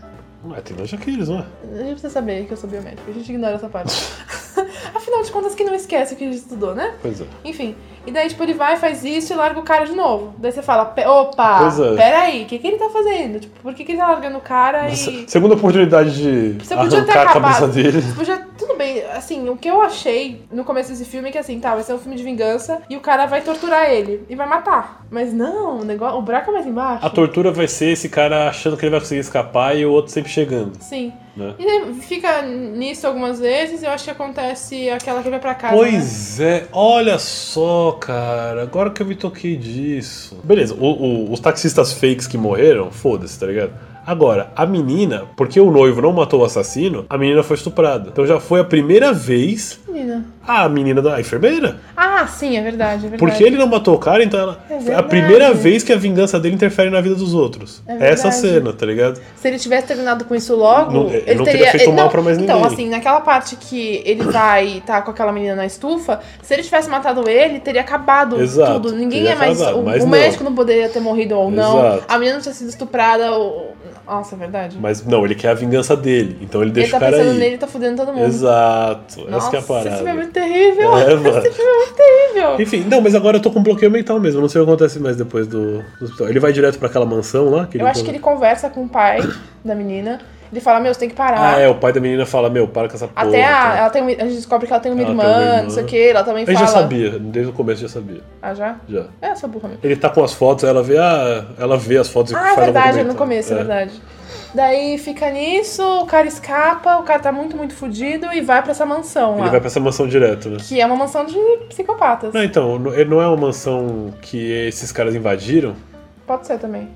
Speaker 2: Ué, tem dois Aquiles, não é?
Speaker 1: A gente precisa saber que eu sou biomédica, a gente ignora essa parte. (laughs) Afinal de contas, que não esquece o que a gente estudou, né?
Speaker 2: Pois é.
Speaker 1: Enfim. E daí, tipo, ele vai, faz isso e larga o cara de novo. Daí você fala, "Pe- opa,
Speaker 2: Pois é.
Speaker 1: peraí, o que, que ele tá fazendo? Tipo, por que, que ele tá largando o cara e.
Speaker 2: Se- Segunda oportunidade de
Speaker 1: Você podia ter
Speaker 2: arrancar a cabeça
Speaker 1: acabado.
Speaker 2: dele.
Speaker 1: Tipo, já, tudo bem, assim, o que eu achei no começo desse filme é que assim, tá, vai ser um filme de vingança e o cara vai torturar ele e vai matar. Mas não, o negócio. O buraco é mais embaixo.
Speaker 2: A tortura vai ser esse cara achando que ele vai conseguir escapar e o outro sempre chegando.
Speaker 1: Sim.
Speaker 2: Né?
Speaker 1: E daí fica nisso algumas vezes, eu acho que acontece aquela que vai pra casa. né?
Speaker 2: Pois é, olha só, cara, agora que eu me toquei disso. Beleza, o- o- os taxistas fakes que morreram, foda-se, tá ligado? Agora, a menina, porque o noivo não matou o assassino, a menina foi estuprada. Então já foi a primeira vez
Speaker 1: Menina.
Speaker 2: a menina da enfermeira.
Speaker 1: Ah, sim, é verdade, é verdade.
Speaker 2: Porque ele não matou o cara, então ela,
Speaker 1: É
Speaker 2: foi a
Speaker 1: verdade.
Speaker 2: primeira vez que a vingança dele interfere na vida dos outros.
Speaker 1: É
Speaker 2: É Essa
Speaker 1: verdade.
Speaker 2: cena, tá ligado?
Speaker 1: Se ele tivesse terminado com isso logo,
Speaker 2: Não- ele
Speaker 1: ele
Speaker 2: não teria
Speaker 1: teria.
Speaker 2: feito
Speaker 1: ele-
Speaker 2: mal
Speaker 1: não,
Speaker 2: pra mais
Speaker 1: então,
Speaker 2: ninguém.
Speaker 1: assim, naquela parte que ele vai (coughs) tá com aquela menina na estufa, se ele tivesse matado ele, teria acabado
Speaker 2: Exato,
Speaker 1: tudo. Ninguém
Speaker 2: teria
Speaker 1: é mais.
Speaker 2: acabado,
Speaker 1: o
Speaker 2: mas
Speaker 1: o
Speaker 2: não.
Speaker 1: médico não poderia ter morrido ou não.
Speaker 2: Exato.
Speaker 1: A menina não tinha sido estuprada. Ou... Nossa, é verdade.
Speaker 2: Mas não, ele quer a vingança dele, então ele
Speaker 1: ele
Speaker 2: deixa
Speaker 1: tá
Speaker 2: o cara
Speaker 1: pensando
Speaker 2: aí.
Speaker 1: nele e tá fudendo todo mundo.
Speaker 2: Exato,
Speaker 1: Nossa,
Speaker 2: essa que é a
Speaker 1: esse filme é
Speaker 2: parada.
Speaker 1: muito terrível.
Speaker 2: É, mano.
Speaker 1: Esse filme é muito terrível.
Speaker 2: Enfim, não, mas agora eu tô com um bloqueio mental mesmo. Não sei o que acontece mais depois do, do hospital. Ele vai direto pra aquela mansão lá?
Speaker 1: Eu acho que ele conversa com o pai da menina. Ele fala, meu, você tem que parar.
Speaker 2: Ah, é, o pai da menina fala: Meu, para com essa porra.
Speaker 1: tá. Até a,
Speaker 2: cara.
Speaker 1: ela tem, uma- a gente descobre que ela tem uma,
Speaker 2: Ela
Speaker 1: irmã,
Speaker 2: tem um uma irmã.
Speaker 1: não sei o que, ela também
Speaker 2: Ele
Speaker 1: fala.
Speaker 2: já sabia, desde o começo já sabia.
Speaker 1: Ah, já?
Speaker 2: Já.
Speaker 1: É, sua burra mesmo.
Speaker 2: Ele tá com as fotos, aí ela vê, ah, ela vê as fotos e
Speaker 1: Ah,
Speaker 2: faz
Speaker 1: é
Speaker 2: algum
Speaker 1: verdade, é
Speaker 2: comentário.
Speaker 1: no começo, é. verdade. Daí fica nisso, o cara escapa, o cara tá muito, muito fudido e vai pra essa mansão
Speaker 2: Ele
Speaker 1: lá.
Speaker 2: vai pra essa mansão direto, né?
Speaker 1: Que é uma mansão de psicopatas.
Speaker 2: Não, então, não- ele não é uma mansão que esses caras invadiram?
Speaker 1: Pode ser também.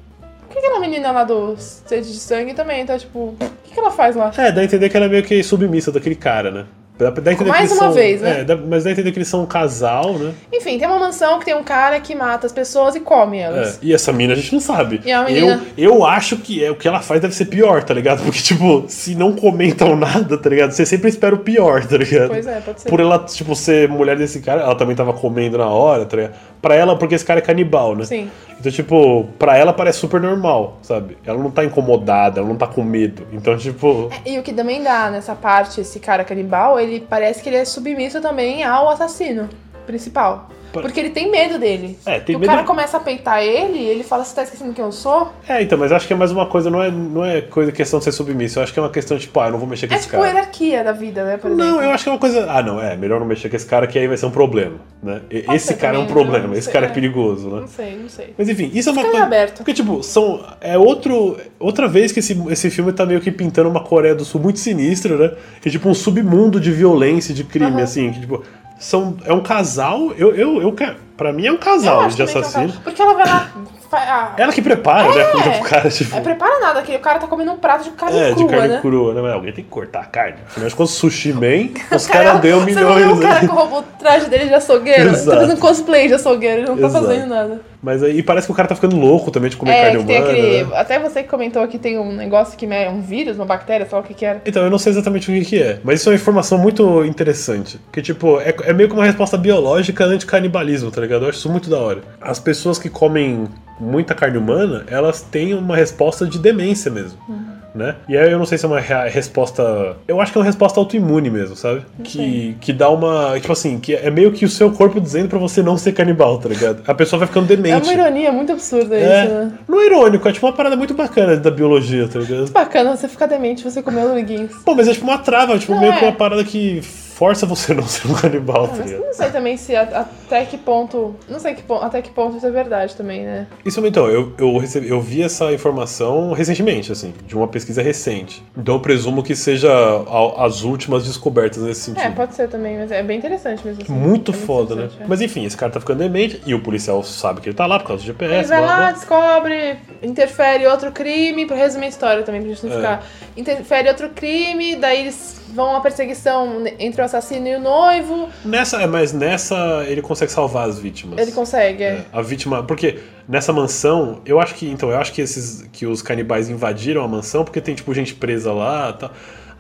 Speaker 1: Por que aquela menina lá do sede de sangue também tá tipo. O que, que ela faz lá?
Speaker 2: É, dá a entender que ela é meio que submissa daquele cara, né? Dá, dá a entender
Speaker 1: Mais
Speaker 2: que eles
Speaker 1: uma
Speaker 2: são,
Speaker 1: vez, né?
Speaker 2: É, dá- mas dá a entender que eles são um casal, né?
Speaker 1: Enfim, tem uma mansão que tem um cara que mata as pessoas e come elas.
Speaker 2: É, e essa mina a gente não sabe.
Speaker 1: E a
Speaker 2: eu,
Speaker 1: menina?
Speaker 2: eu acho que é, o que ela faz deve ser pior, tá ligado? Porque, tipo, se não comentam (laughs) nada, tá ligado? Você sempre espera o pior, tá ligado?
Speaker 1: Pois é, pode ser.
Speaker 2: Por ela, tipo, ser mulher desse cara, ela também tava comendo na hora, tá ligado? Pra ela, porque esse cara é canibal, né?
Speaker 1: Sim.
Speaker 2: Então, tipo, pra ela parece super normal, sabe? Ela não tá incomodada, ela não tá com medo. Então, tipo.
Speaker 1: É, E o que também dá nessa parte, esse cara canibal, ele parece que ele é submisso também ao assassino principal.
Speaker 2: Pa-
Speaker 1: Porque ele tem medo dele.
Speaker 2: É, tem
Speaker 1: o
Speaker 2: medo-
Speaker 1: cara começa a peitar ele, ele fala, você tá esquecendo quem eu sou?
Speaker 2: É, então, mas eu acho que é mais uma coisa, não é, não é coisa, questão de ser submisso. Eu acho que é uma questão, tipo, ah, eu não vou mexer com
Speaker 1: É
Speaker 2: esse
Speaker 1: tipo
Speaker 2: cara.
Speaker 1: hierarquia da vida, né? Por exemplo.
Speaker 2: Não, eu acho que é uma coisa. Ah, não, é. Melhor não mexer com esse cara, que aí vai ser um problema. Né? E-
Speaker 1: Pode
Speaker 2: Esse
Speaker 1: ser
Speaker 2: cara é um
Speaker 1: também, né?
Speaker 2: problema,
Speaker 1: Não
Speaker 2: esse
Speaker 1: sei,
Speaker 2: cara é
Speaker 1: é.
Speaker 2: perigoso, né?
Speaker 1: Não sei, não sei.
Speaker 2: Mas enfim, isso é uma
Speaker 1: Fica em
Speaker 2: coisa.
Speaker 1: aberto.
Speaker 2: Porque, tipo, são. É outro. Outra vez que esse, esse filme tá meio que pintando uma Coreia do Sul muito sinistra, né? E tipo, um submundo de violência e de crime,
Speaker 1: Aham.
Speaker 2: assim. Que, tipo, são, é um casal. Eu, eu, eu quero. Pra mim é um
Speaker 1: Eu
Speaker 2: casal
Speaker 1: acho
Speaker 2: de
Speaker 1: também que ela
Speaker 2: assassino.
Speaker 1: fala- Porque ela vai lá. fa- ah,
Speaker 2: Ela que prepara, né?
Speaker 1: É.
Speaker 2: a comida (laughs) pro cara, tipo.
Speaker 1: é, prepara nada, que o cara tá comendo um prato de carne
Speaker 2: É,
Speaker 1: crua,
Speaker 2: de carne
Speaker 1: né?
Speaker 2: crua, né? Mas alguém tem que cortar a carne. Afinal de contas, sushi
Speaker 1: (laughs)
Speaker 2: man, os
Speaker 1: Cara, é um-
Speaker 2: caras deu
Speaker 1: Você não viu
Speaker 2: milhões.
Speaker 1: o
Speaker 2: né?
Speaker 1: cara que roubou o traje dele de açougueiro? Ele
Speaker 2: (laughs) Exato.
Speaker 1: Tá fazendo cosplay de açougueiro, ele não tá
Speaker 2: Exato.
Speaker 1: fazendo nada.
Speaker 2: Mas aí e parece que o cara tá ficando louco também de comer
Speaker 1: É,
Speaker 2: carne
Speaker 1: que tem
Speaker 2: humana.
Speaker 1: aquele.
Speaker 2: né?
Speaker 1: Até você que comentou que tem um negócio que é um vírus, uma bactéria, sei lá o que que era.
Speaker 2: Então, eu não sei exatamente o que, que é, mas isso é uma informação muito interessante. Que, tipo, é, é meio que uma resposta biológica anti-canibalismo, tá ligado? Eu acho isso muito da hora. As pessoas que comem muita carne humana, elas têm uma resposta de demência mesmo.
Speaker 1: Uhum.
Speaker 2: Né? E aí eu não sei se é uma rea- resposta. Eu acho que é uma resposta autoimune mesmo, sabe? Que, que dá uma. Tipo assim, que é meio que o seu corpo dizendo pra você não ser canibal, tá ligado? A pessoa vai ficando demente.
Speaker 1: É uma ironia muito absurda isso,
Speaker 2: É,
Speaker 1: né?
Speaker 2: não é irônico, é tipo uma parada muito bacana da biologia, tá ligado?
Speaker 1: Bacana, você ficar demente, você comer Luiguinhos.
Speaker 2: Pô, mas é tipo uma trava, tipo,
Speaker 1: Não,
Speaker 2: meio que
Speaker 1: é.
Speaker 2: uma parada que força você (laughs) a não ser um canibal, tá
Speaker 1: Mas
Speaker 2: ligado?
Speaker 1: não sei também se a- até que ponto. Não sei que pon- até que ponto isso é verdade também, né?
Speaker 2: Isso então, eu, eu, recebi, eu vi essa informação recentemente, assim, de uma pesquisa recente. Então eu presumo que seja a- as últimas descobertas nesse sentido.
Speaker 1: É, pode ser também, mas é bem interessante mesmo. assim.
Speaker 2: Muito
Speaker 1: É
Speaker 2: foda, né?
Speaker 1: interessante, é.
Speaker 2: Mas enfim, esse cara tá ficando demente e o policial sabe que ele tá lá por causa do
Speaker 1: Ele
Speaker 2: GPS,
Speaker 1: vai
Speaker 2: blá blá.
Speaker 1: lá,
Speaker 2: blá.
Speaker 1: descobre, interfere outro crime, pra resumir a história também, pra gente não
Speaker 2: É.
Speaker 1: ficar. Interfere outro crime, daí eles vão a perseguição entre o assassino e o noivo.
Speaker 2: Nessa, é, mas nessa ele consegue salvar as vítimas.
Speaker 1: Ele consegue, é.
Speaker 2: É, a vítima. Porque nessa mansão, eu acho que. Então, eu acho que esses. que os canibais invadiram a mansão porque tem, tipo, gente presa lá e tal.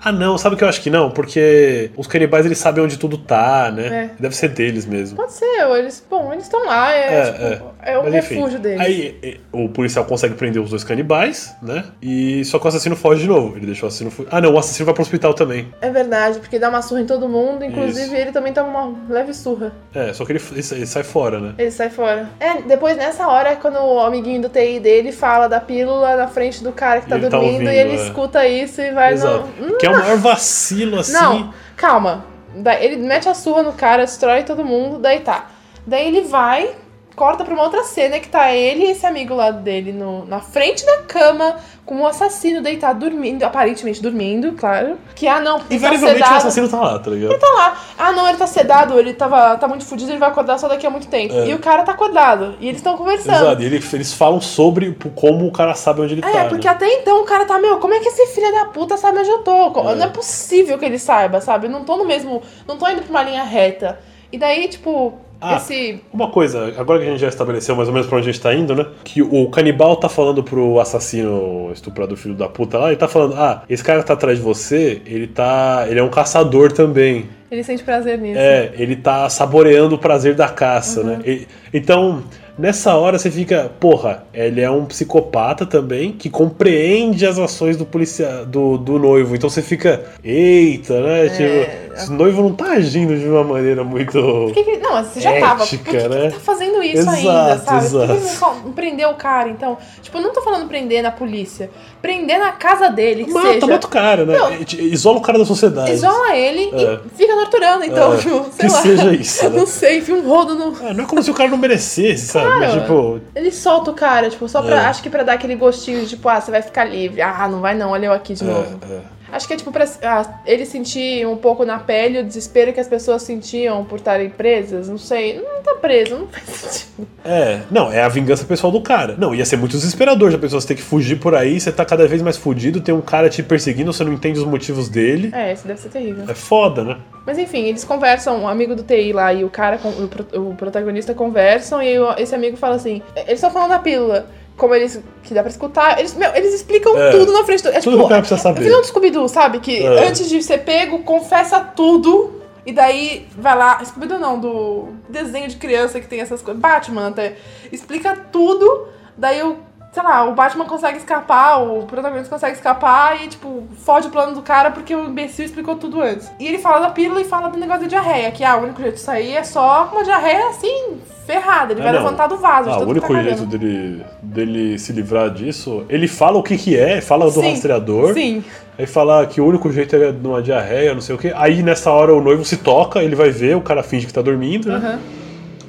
Speaker 2: Ah, não, sabe o que eu acho que não? Porque os canibais eles sabem onde tudo tá,
Speaker 1: É.
Speaker 2: né? Deve ser deles mesmo.
Speaker 1: Pode ser, ou eles. Bom, eles estão lá, é,
Speaker 2: É,
Speaker 1: tipo, é o
Speaker 2: Mas, enfim.
Speaker 1: refúgio deles.
Speaker 2: Aí e- o policial consegue prender os dois canibais, né? E só que o assassino foge de novo. Ele deixa o assassino. fu- Ah, não, o assassino vai pro hospital também.
Speaker 1: É verdade, porque dá uma surra em todo mundo, inclusive
Speaker 2: Isso.
Speaker 1: ele também toma uma leve surra.
Speaker 2: É, só que ele, ele sai- ele sai fora, né?
Speaker 1: Ele sai fora. É, depois nessa hora, quando o amiguinho do TI dele fala da pílula na frente do cara que tá
Speaker 2: Ele tá
Speaker 1: dormindo
Speaker 2: ouvindo,
Speaker 1: e ele
Speaker 2: é.
Speaker 1: escuta isso e vai
Speaker 2: Exato.
Speaker 1: no. Hum,
Speaker 2: Que é o maior vacilo assim.
Speaker 1: Não, então calma. Daí ele mete a surra no cara, destrói todo mundo, daí tá. Daí ele vai, corta pra uma outra cena que tá ele e esse amigo lá dele no, na frente da cama, com o assassino deitado dormindo, aparentemente dormindo, claro. Que, ah não, porque tá
Speaker 2: Invariavelmente o
Speaker 1: sedado.
Speaker 2: assassino tá lá, tá ligado?
Speaker 1: Tá lá. Ah não, ele tá sedado, ele tava, tá muito fudido, ele vai acordar só daqui a muito tempo.
Speaker 2: É.
Speaker 1: E o cara tá acordado, e eles estão conversando.
Speaker 2: Exato, e ele- eles falam sobre o- como o cara sabe onde ele
Speaker 1: É,
Speaker 2: tá.
Speaker 1: porque
Speaker 2: né?
Speaker 1: até então o cara tá, meu, como é que esse filho da puta sabe onde eu tô? Co-
Speaker 2: É.
Speaker 1: Não é possível que ele saiba, sabe? Não tô no mesmo. Não tô indo pra uma linha reta. E daí, tipo,
Speaker 2: Ah.
Speaker 1: esse.
Speaker 2: Uma coisa, agora que a gente já estabeleceu mais ou menos pra onde a gente tá indo, né? Que o canibal tá falando pro assassino estuprador filho da puta lá, ele tá falando, ah, esse cara que tá atrás de você, ele tá. ele é um caçador também.
Speaker 1: Ele sente prazer nisso.
Speaker 2: É, ele tá saboreando o prazer da caça,
Speaker 1: Uhum.
Speaker 2: né? E- então, nessa hora você fica, porra, ele é um psicopata também que compreende as ações do policia do, do noivo. Então você fica, eita, né?
Speaker 1: É.
Speaker 2: Tipo, esse noivo não tá agindo de uma maneira muito.
Speaker 1: Por que que- Não, mas você já tava. Por que,
Speaker 2: Ética,
Speaker 1: que ele
Speaker 2: né?
Speaker 1: tá fazendo isso
Speaker 2: Exato,
Speaker 1: ainda, sabe? Por que que ele não
Speaker 2: exato.
Speaker 1: só não prendeu o cara, então? Tipo, eu não tô falando prender na polícia. Prender na casa dele, que
Speaker 2: Mata,
Speaker 1: seja.
Speaker 2: mata o cara, né?
Speaker 1: Não.
Speaker 2: E- Isola o cara da sociedade.
Speaker 1: Isola ele
Speaker 2: É.
Speaker 1: e fica torturando, então,
Speaker 2: É.
Speaker 1: tipo, (laughs) sei
Speaker 2: que
Speaker 1: lá. (laughs)
Speaker 2: seja isso, né?
Speaker 1: Não sei, enfia um rodo no,
Speaker 2: É, não é como se o cara não merecesse, sabe? Mas,
Speaker 1: Claro.
Speaker 2: tipo,
Speaker 1: Ele solta o cara, tipo, só pra.
Speaker 2: É.
Speaker 1: Acho que pra dar aquele gostinho de, tipo, ah, você vai ficar livre. Ah, não vai não, olha eu aqui de novo.
Speaker 2: é, é.
Speaker 1: Acho que é tipo pra ah, ele sentir um pouco na pele o desespero que as pessoas sentiam por estarem presas. Não sei. Não tá preso, não faz sentido.
Speaker 2: É, não, é a vingança pessoal do cara. Não, ia ser muito desesperador já pessoas ter que fugir por aí, você tá cada vez mais fudido, tem um cara te perseguindo, você não entende os motivos dele.
Speaker 1: É, isso deve ser terrível.
Speaker 2: É foda, né?
Speaker 1: Mas enfim, eles conversam, um amigo do TI lá e o cara, com, o, pro- o protagonista conversam, e aí o- esse amigo fala assim: eles estão falando da pílula. Como eles. que dá pra escutar. Eles, meu, eles explicam
Speaker 2: É.
Speaker 1: tudo na frente do. É,
Speaker 2: Tudo
Speaker 1: tipo,
Speaker 2: que o cara
Speaker 1: É
Speaker 2: precisa
Speaker 1: o
Speaker 2: saber.
Speaker 1: vilão do Scooby-Doo, sabe? Que
Speaker 2: É.
Speaker 1: antes de ser pego, confessa tudo. E daí vai lá. Scooby-Doo não, do desenho de criança que tem essas coisas. Batman até. Explica tudo. Daí o. Sei lá, o Batman consegue escapar, o protagonista consegue escapar e, tipo, foge o plano do cara porque o imbecil explicou tudo antes. E ele fala da pílula e fala do negócio da diarreia, que ah, o único jeito de sair é só com uma diarreia assim, ferrada. Ele
Speaker 2: Ah,
Speaker 1: vai
Speaker 2: não.
Speaker 1: levantar do vaso. de
Speaker 2: Ah,
Speaker 1: tanto
Speaker 2: o
Speaker 1: que
Speaker 2: único
Speaker 1: tá cagando.
Speaker 2: jeito dele, dele se livrar disso, ele fala o que que é, fala do
Speaker 1: Sim,
Speaker 2: rastreador,
Speaker 1: Sim.
Speaker 2: aí fala que o único jeito é numa diarreia, não sei o que. Aí nessa hora o noivo se toca, ele vai ver, o cara finge que tá dormindo, né?
Speaker 1: Aham.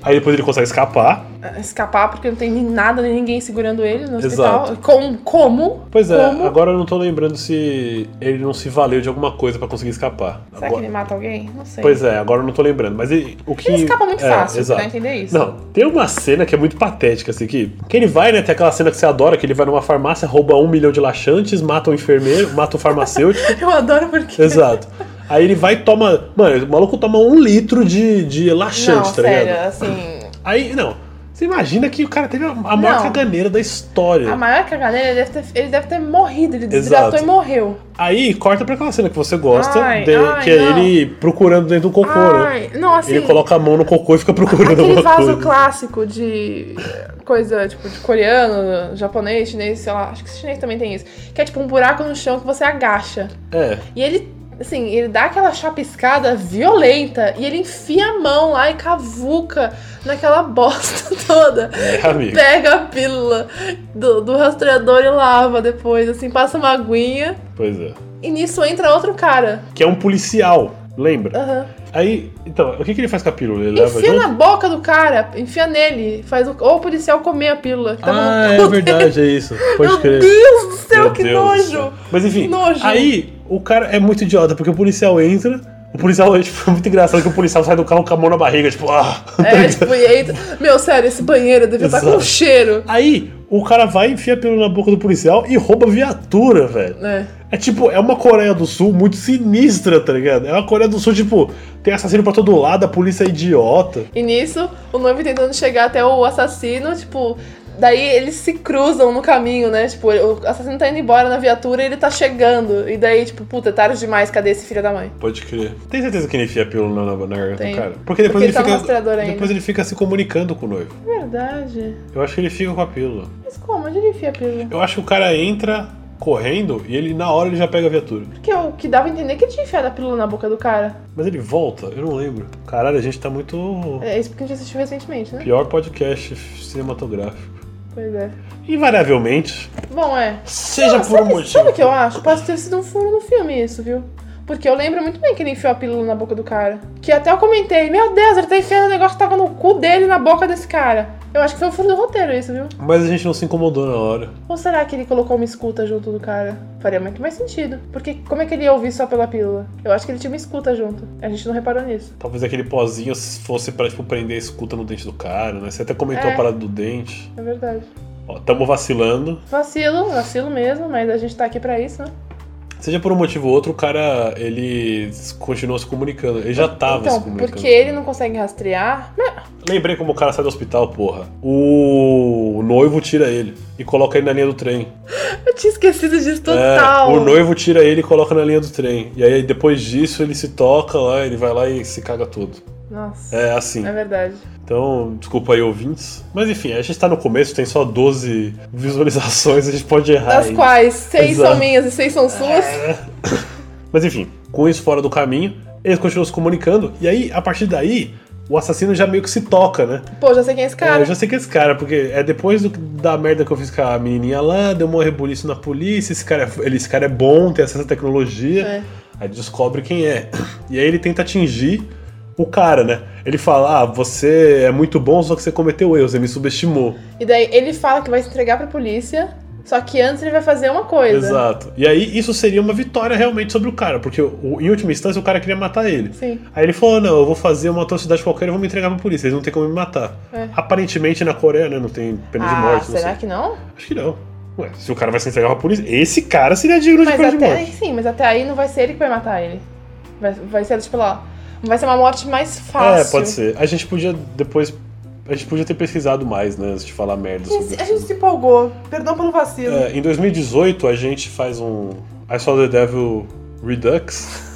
Speaker 2: Aí depois ele consegue escapar.
Speaker 1: escapar porque não tem nem nada nem ninguém segurando ele no
Speaker 2: Exato.
Speaker 1: hospital. Com, como?
Speaker 2: Pois é,
Speaker 1: Como?
Speaker 2: agora eu não tô lembrando se ele não se valeu de alguma coisa pra conseguir escapar.
Speaker 1: Será
Speaker 2: Agora-
Speaker 1: que ele mata alguém? Não sei.
Speaker 2: Pois é, agora eu não tô lembrando. Mas ele, o que.
Speaker 1: Ele escapa muito
Speaker 2: é,
Speaker 1: fácil, né?
Speaker 2: exato.
Speaker 1: pra entender isso.
Speaker 2: Não, tem uma cena que é muito patética, assim, que, que ele vai, né? Tem aquela cena que você adora, que ele vai numa farmácia, rouba um milhão de laxantes, mata o enfermeiro, (laughs) mata
Speaker 1: (laughs)
Speaker 2: o farmacêutico.
Speaker 1: (laughs) Eu adoro porque.
Speaker 2: exato. Aí ele vai e toma. Mano, o maluco toma um litro de, de
Speaker 1: Não,
Speaker 2: laxante, tá
Speaker 1: sério,
Speaker 2: ligado?
Speaker 1: assim.
Speaker 2: Aí, não. Você imagina que o cara teve a, a maior
Speaker 1: Não.
Speaker 2: caganeira da história.
Speaker 1: A maior caganeira, ele deve ter, ele deve ter morrido, ele desidratou
Speaker 2: Exato.
Speaker 1: e morreu.
Speaker 2: Aí corta pra aquela cena que você gosta,
Speaker 1: Ai,
Speaker 2: de-
Speaker 1: ai,
Speaker 2: que é
Speaker 1: não.
Speaker 2: ele procurando dentro do cocô, né?
Speaker 1: Ai, não, assim.
Speaker 2: Ele coloca a mão no cocô e
Speaker 1: (laughs)
Speaker 2: fica procurando
Speaker 1: Aquele
Speaker 2: alguma
Speaker 1: vaso
Speaker 2: coisa.
Speaker 1: clássico de coisa, tipo, de coreano, japonês, chinês, sei lá, acho que chinês também tem isso. Que é tipo um buraco no chão que você agacha.
Speaker 2: É.
Speaker 1: E ele, assim, ele dá aquela chapiscada violenta e ele enfia a mão lá e cavuca naquela (laughs) bosta toda.
Speaker 2: É, amigo.
Speaker 1: Pega a pílula do, do rastreador e lava depois, assim, passa uma aguinha.
Speaker 2: Pois é.
Speaker 1: E nisso entra outro cara.
Speaker 2: Que é um policial, lembra?
Speaker 1: Aham.
Speaker 2: Aí, então, o que, que ele faz com a pílula? Ele leva
Speaker 1: Enfia
Speaker 2: junto?
Speaker 1: na boca do cara, enfia nele, faz o, ou o policial comer a pílula. Que tava
Speaker 2: Ah,
Speaker 1: no...
Speaker 2: é verdade, é isso. Pode
Speaker 1: Meu
Speaker 2: crer.
Speaker 1: Deus do céu,
Speaker 2: Meu
Speaker 1: que
Speaker 2: Deus do
Speaker 1: nojo!
Speaker 2: céu. Mas enfim,
Speaker 1: Nojo.
Speaker 2: aí o cara é muito idiota, porque o policial entra. O policial é tipo, (laughs) é muito engraçado que o policial sai do carro com a mão na barriga, tipo, ah. (laughs)
Speaker 1: É, tipo, e aí, meu, sério, esse banheiro devia estar com
Speaker 2: Exato.
Speaker 1: cheiro.
Speaker 2: Aí o cara vai, enfia a pílula na boca do policial e rouba a viatura, velho.
Speaker 1: É.
Speaker 2: É tipo, é uma Coreia do Sul muito sinistra, tá ligado? É uma Coreia do Sul, tipo, tem assassino pra todo lado, a polícia é idiota.
Speaker 1: E nisso, o noivo tentando chegar até o assassino, tipo, Daí eles se cruzam no caminho, né? Tipo, o assassino tá indo embora na viatura e ele tá chegando. E daí, tipo, puta, é tarde demais, cadê esse filho da mãe?
Speaker 2: Pode crer. Tem certeza que ele enfia a pílula na, na, na garganta do
Speaker 1: Tenho.
Speaker 2: cara? Porque depois
Speaker 1: Porque
Speaker 2: ele
Speaker 1: tá no
Speaker 2: fica.
Speaker 1: rastreador ainda.
Speaker 2: Depois ele fica se comunicando com o noivo.
Speaker 1: Verdade.
Speaker 2: Eu acho que ele fica com a pílula.
Speaker 1: Mas como? Onde ele enfia a pílula?
Speaker 2: Eu acho que o cara entra correndo e ele na hora ele já pega a viatura.
Speaker 1: Porque o que dava a entender é que ele tinha enfiado a pílula na boca do cara.
Speaker 2: Mas ele volta, eu não lembro. Caralho, a gente tá muito.
Speaker 1: É isso porque a gente assistiu recentemente, né?
Speaker 2: Pior podcast cinematográfico.
Speaker 1: Pois é.
Speaker 2: Invariavelmente,
Speaker 1: Bom, é.
Speaker 2: seja
Speaker 1: Não,
Speaker 2: por
Speaker 1: sabe,
Speaker 2: um motivo.
Speaker 1: Sabe o que eu acho? Pode ter sido um furo no filme isso, viu? Porque eu lembro muito bem que ele enfiou a pílula na boca do cara. Que até eu comentei, meu Deus, ele tá enfiando o negócio que tava no cu dele na boca desse cara. Eu acho que foi um furo do roteiro isso, viu?
Speaker 2: Mas a gente não se incomodou na hora.
Speaker 1: Ou será que ele colocou uma escuta junto do cara? Faria muito mais sentido. Porque como é que ele ia ouvir só pela pílula? Eu acho que ele tinha uma escuta junto. A gente não reparou nisso.
Speaker 2: Talvez aquele pozinho fosse pra tipo, prender a escuta no dente do cara, né? Você até comentou
Speaker 1: É.
Speaker 2: a parada do dente.
Speaker 1: É verdade.
Speaker 2: Ó, tamo vacilando.
Speaker 1: Vacilo, vacilo mesmo, mas a gente tá aqui pra isso, né?
Speaker 2: Seja por um motivo ou outro, o cara, ele continua se comunicando. Ele já tava se
Speaker 1: então,
Speaker 2: comunicando.
Speaker 1: porque ele não consegue rastrear. (laughs) Mas-
Speaker 2: Lembrei como o cara sai do hospital, porra. O noivo tira ele e coloca ele na linha do trem.
Speaker 1: Eu tinha esquecido disso
Speaker 2: É,
Speaker 1: total.
Speaker 2: o noivo tira ele e coloca na linha do trem. E aí depois disso ele se toca lá, ele vai lá e se caga todo.
Speaker 1: Nossa.
Speaker 2: É assim.
Speaker 1: É verdade.
Speaker 2: Então, desculpa aí, ouvintes. Mas enfim, a gente tá no começo, tem só 12 visualizações, a gente pode errar.
Speaker 1: Das
Speaker 2: aí.
Speaker 1: quais seis
Speaker 2: Exato.
Speaker 1: são minhas e seis são suas.
Speaker 2: Mas enfim, com isso fora do caminho, eles continuam se comunicando. E aí, a partir daí, o assassino já meio que se toca, né?
Speaker 1: Pô, já sei quem é esse cara.
Speaker 2: Eu já sei que é esse cara, porque é depois do- da merda que eu fiz com a menininha lá, deu um rebuliço na polícia, esse cara, é- ele, esse cara é bom, tem acesso à tecnologia,
Speaker 1: É.
Speaker 2: aí descobre quem é. E aí ele tenta atingir o cara, né? Ele fala, ah, você é muito bom, só que você cometeu erros, você me subestimou.
Speaker 1: E daí ele fala que vai se entregar pra polícia, só que antes ele vai fazer uma coisa.
Speaker 2: Exato. E aí isso seria uma vitória realmente sobre o cara, porque o- em última instância o cara queria matar ele.
Speaker 1: Sim.
Speaker 2: Aí ele falou: "Ah, não, eu vou fazer uma atrocidade qualquer e vou me entregar pra polícia, eles não tem como me matar.
Speaker 1: É.
Speaker 2: Aparentemente na Coreia, né? Não tem pena de
Speaker 1: ah,
Speaker 2: morte, não
Speaker 1: será
Speaker 2: sei.
Speaker 1: que não?
Speaker 2: Acho que não. Ué, se o cara vai se entregar pra polícia, esse cara seria digno de
Speaker 1: Mas
Speaker 2: pena de
Speaker 1: até é
Speaker 2: morte.
Speaker 1: aí, sim, mas até aí não vai ser ele que vai matar ele. Vai, vai ser, tipo, lá. Vai ser uma morte mais fácil.
Speaker 2: É, pode ser. A gente podia depois. A gente podia ter pesquisado mais, né? Antes de falar merda
Speaker 1: A gente
Speaker 2: sobre
Speaker 1: se-
Speaker 2: isso.
Speaker 1: a gente se empolgou. Perdão pelo vacilo.
Speaker 2: É, em 2018 a gente faz um I Saw the Devil Redux.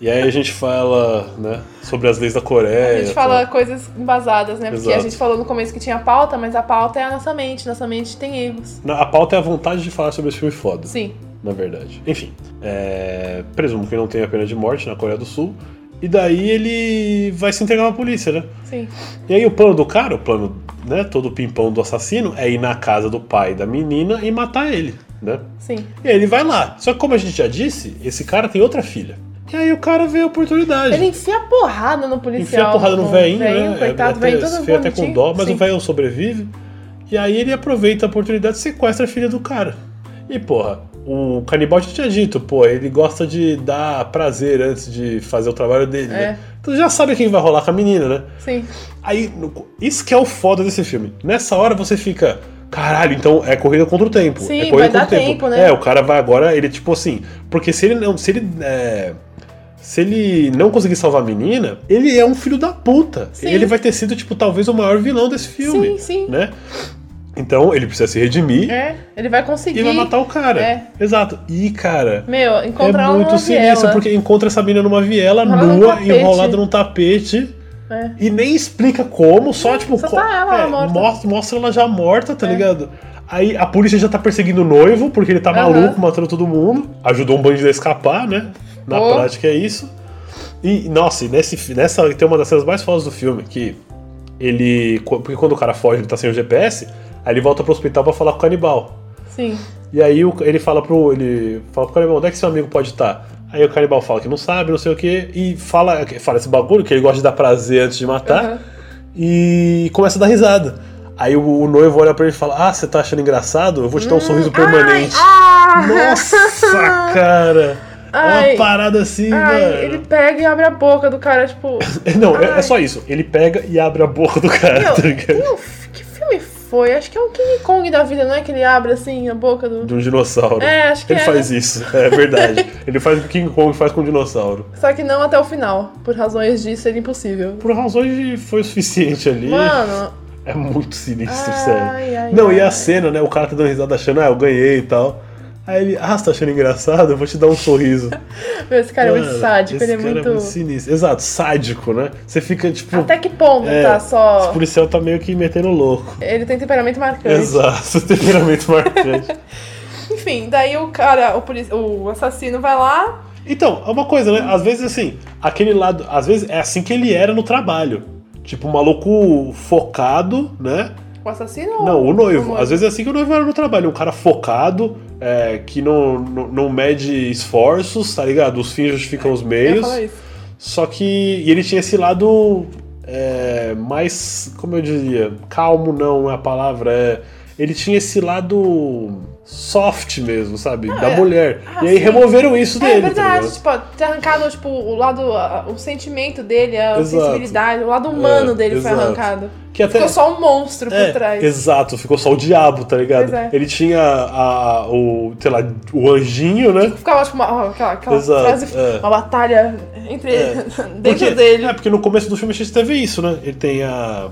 Speaker 2: E aí a gente fala, né, sobre as leis da Coreia.
Speaker 1: A gente fala coisas embasadas, né? Porque a
Speaker 2: É, Exato.
Speaker 1: gente falou no começo que tinha pauta, mas a pauta é a nossa mente. Nossa mente tem erros.
Speaker 2: tal. Na- A pauta é a vontade de falar sobre esse filme foda,
Speaker 1: Sim.
Speaker 2: na verdade. Enfim, é, presumo que não tenha pena de morte na Coreia do Sul. E daí ele vai se entregar na polícia, né?
Speaker 1: Sim.
Speaker 2: E aí o plano do cara, o plano, né, todo pimpão do assassino, é ir na casa do pai da menina e matar ele, né?
Speaker 1: Sim.
Speaker 2: E aí ele vai lá. Só que como a gente já disse, esse cara tem outra filha. E aí o cara vê a oportunidade.
Speaker 1: Ele enfia a porrada no policial.
Speaker 2: Enfia a porrada no velhinho, né?
Speaker 1: Coitado,
Speaker 2: até,
Speaker 1: velhinho todo
Speaker 2: fica até com
Speaker 1: bonitinho.
Speaker 2: dó, mas
Speaker 1: Sim.
Speaker 2: o velho sobrevive. E aí ele aproveita a oportunidade e sequestra a filha do cara. E porra, o canibal já tinha dito, pô, ele gosta de dar prazer antes de fazer o trabalho dele,
Speaker 1: É.
Speaker 2: né? Então já sabe quem vai rolar com a menina, né?
Speaker 1: Sim.
Speaker 2: Aí, no- isso que é o foda desse filme. Nessa hora você fica. Caralho, então é corrida contra o tempo.
Speaker 1: Sim,
Speaker 2: é corrida
Speaker 1: vai
Speaker 2: contra
Speaker 1: dar
Speaker 2: o tempo.
Speaker 1: tempo, né?
Speaker 2: É, o cara vai agora, ele tipo assim. Porque se ele não. Se ele. é, se ele não conseguir salvar a menina, ele é um filho da puta.
Speaker 1: Sim.
Speaker 2: Ele vai ter sido, tipo, talvez o maior vilão desse
Speaker 1: Sim,
Speaker 2: filme.
Speaker 1: sim.
Speaker 2: Né? Então ele precisa se redimir
Speaker 1: É. Ele vai conseguir.
Speaker 2: e vai matar o cara.
Speaker 1: É.
Speaker 2: Exato. E, cara.
Speaker 1: Meu, encontrar
Speaker 2: é
Speaker 1: ela
Speaker 2: muito
Speaker 1: numa
Speaker 2: sinistro,
Speaker 1: viela.
Speaker 2: porque encontra essa menina numa viela,
Speaker 1: Enrolada num
Speaker 2: nua,
Speaker 1: tapete.
Speaker 2: enrolada num tapete.
Speaker 1: É.
Speaker 2: E nem explica como, só tipo.
Speaker 1: Só
Speaker 2: co-
Speaker 1: tá ela lá morta.
Speaker 2: Mostra, mostra ela já morta, tá
Speaker 1: É.
Speaker 2: ligado? Aí a polícia já tá perseguindo o noivo, porque ele tá
Speaker 1: Aham.
Speaker 2: maluco, matando todo mundo. Ajudou um bandido a escapar, né? Na
Speaker 1: Pô.
Speaker 2: prática é isso. E, nossa, e nesse, fi- nessa tem uma das cenas mais fodas do filme, que ele. co- Porque quando o cara foge, ele tá sem o GPS, aí ele volta pro hospital pra falar com o canibal.
Speaker 1: Sim.
Speaker 2: E aí o- ele fala pro. Ele fala pro canibal, onde é que seu amigo pode estar? Aí o canibal fala que não sabe, não sei o quê, e fala, fala esse bagulho que ele gosta de dar prazer antes de matar
Speaker 1: Aham.
Speaker 2: e começa a dar risada. Aí o, o noivo olha pra ele e fala: Ah, você tá achando engraçado? Eu vou te dar um sorriso permanente.
Speaker 1: Hum, Ah!
Speaker 2: Nossa, cara! É
Speaker 1: Ai.
Speaker 2: uma parada assim,
Speaker 1: Ai,
Speaker 2: mano.
Speaker 1: ele pega e abre a boca do cara, tipo.
Speaker 2: (laughs) Não, é, é
Speaker 1: Ai.
Speaker 2: só isso. Ele pega e abre a boca do cara,
Speaker 1: Meu,
Speaker 2: (laughs) tá ligado?
Speaker 1: tem um f- que filme foi? Acho que é um King Kong da vida, não é que ele abre assim a boca do.
Speaker 2: De um dinossauro.
Speaker 1: É, acho que
Speaker 2: ele
Speaker 1: é,
Speaker 2: faz isso, (laughs) é verdade. ele faz o que King Kong faz com o dinossauro.
Speaker 1: Só que não até o final. Por razões disso seria é impossível.
Speaker 2: Por razões de foi o suficiente ali.
Speaker 1: Mano,
Speaker 2: É muito sinistro,
Speaker 1: Ai,
Speaker 2: sério.
Speaker 1: ai,
Speaker 2: não, e a
Speaker 1: ai.
Speaker 2: cena, né? O cara tá dando risada achando, ah, eu ganhei e tal. Aí ele, ah, você tá achando engraçado? Eu vou te dar um sorriso.
Speaker 1: Meu, Esse cara é muito
Speaker 2: Mano,
Speaker 1: sádico,
Speaker 2: esse
Speaker 1: ele é
Speaker 2: cara
Speaker 1: muito.
Speaker 2: muito sinistro. Exato, sádico, né? Você fica tipo.
Speaker 1: Até que ponto
Speaker 2: é,
Speaker 1: tá só.
Speaker 2: Esse policial tá meio que metendo louco.
Speaker 1: Ele tem temperamento marcante.
Speaker 2: Exato, (laughs) temperamento marcante.
Speaker 1: Enfim, daí o cara, o, polici- o assassino vai lá.
Speaker 2: Então, é uma coisa, né? Às vezes, assim, aquele lado. Às vezes é assim que ele era no trabalho. Tipo, um maluco focado, né?
Speaker 1: O assassino
Speaker 2: Não, o noivo.
Speaker 1: vezes
Speaker 2: Às vezes é assim que o noivo era no trabalho. Um cara focado, é, que não, não, não mede esforços, tá ligado? Os fins justificam os
Speaker 1: eu ia
Speaker 2: meios.
Speaker 1: falar isso.
Speaker 2: Só que e ele tinha esse lado é, mais, como eu diria, calmo não é a palavra, é, ele tinha esse lado soft mesmo, sabe? da
Speaker 1: é-
Speaker 2: mulher.
Speaker 1: ah,
Speaker 2: e aí
Speaker 1: sim.
Speaker 2: removeram isso
Speaker 1: É
Speaker 2: dele, tá
Speaker 1: verdade,
Speaker 2: ligado?
Speaker 1: tipo, ter arrancado tipo, o lado, a- o sentimento dele, a
Speaker 2: Exato.
Speaker 1: sensibilidade, o lado humano
Speaker 2: É,
Speaker 1: dele
Speaker 2: exato.
Speaker 1: foi arrancado.
Speaker 2: Que até,
Speaker 1: Ficou só um monstro
Speaker 2: é,
Speaker 1: por trás.
Speaker 2: Exato, ficou só o diabo, tá ligado?
Speaker 1: Pois é.
Speaker 2: Ele tinha a, o, sei lá, o anjinho, né?
Speaker 1: Ficava tipo uma, aquela, aquela
Speaker 2: Exato,
Speaker 1: frase,
Speaker 2: é.
Speaker 1: uma batalha entre
Speaker 2: É.
Speaker 1: (laughs) dentro
Speaker 2: Porque-
Speaker 1: dele.
Speaker 2: É, porque no começo do filme a gente teve isso, né? Ele tem a.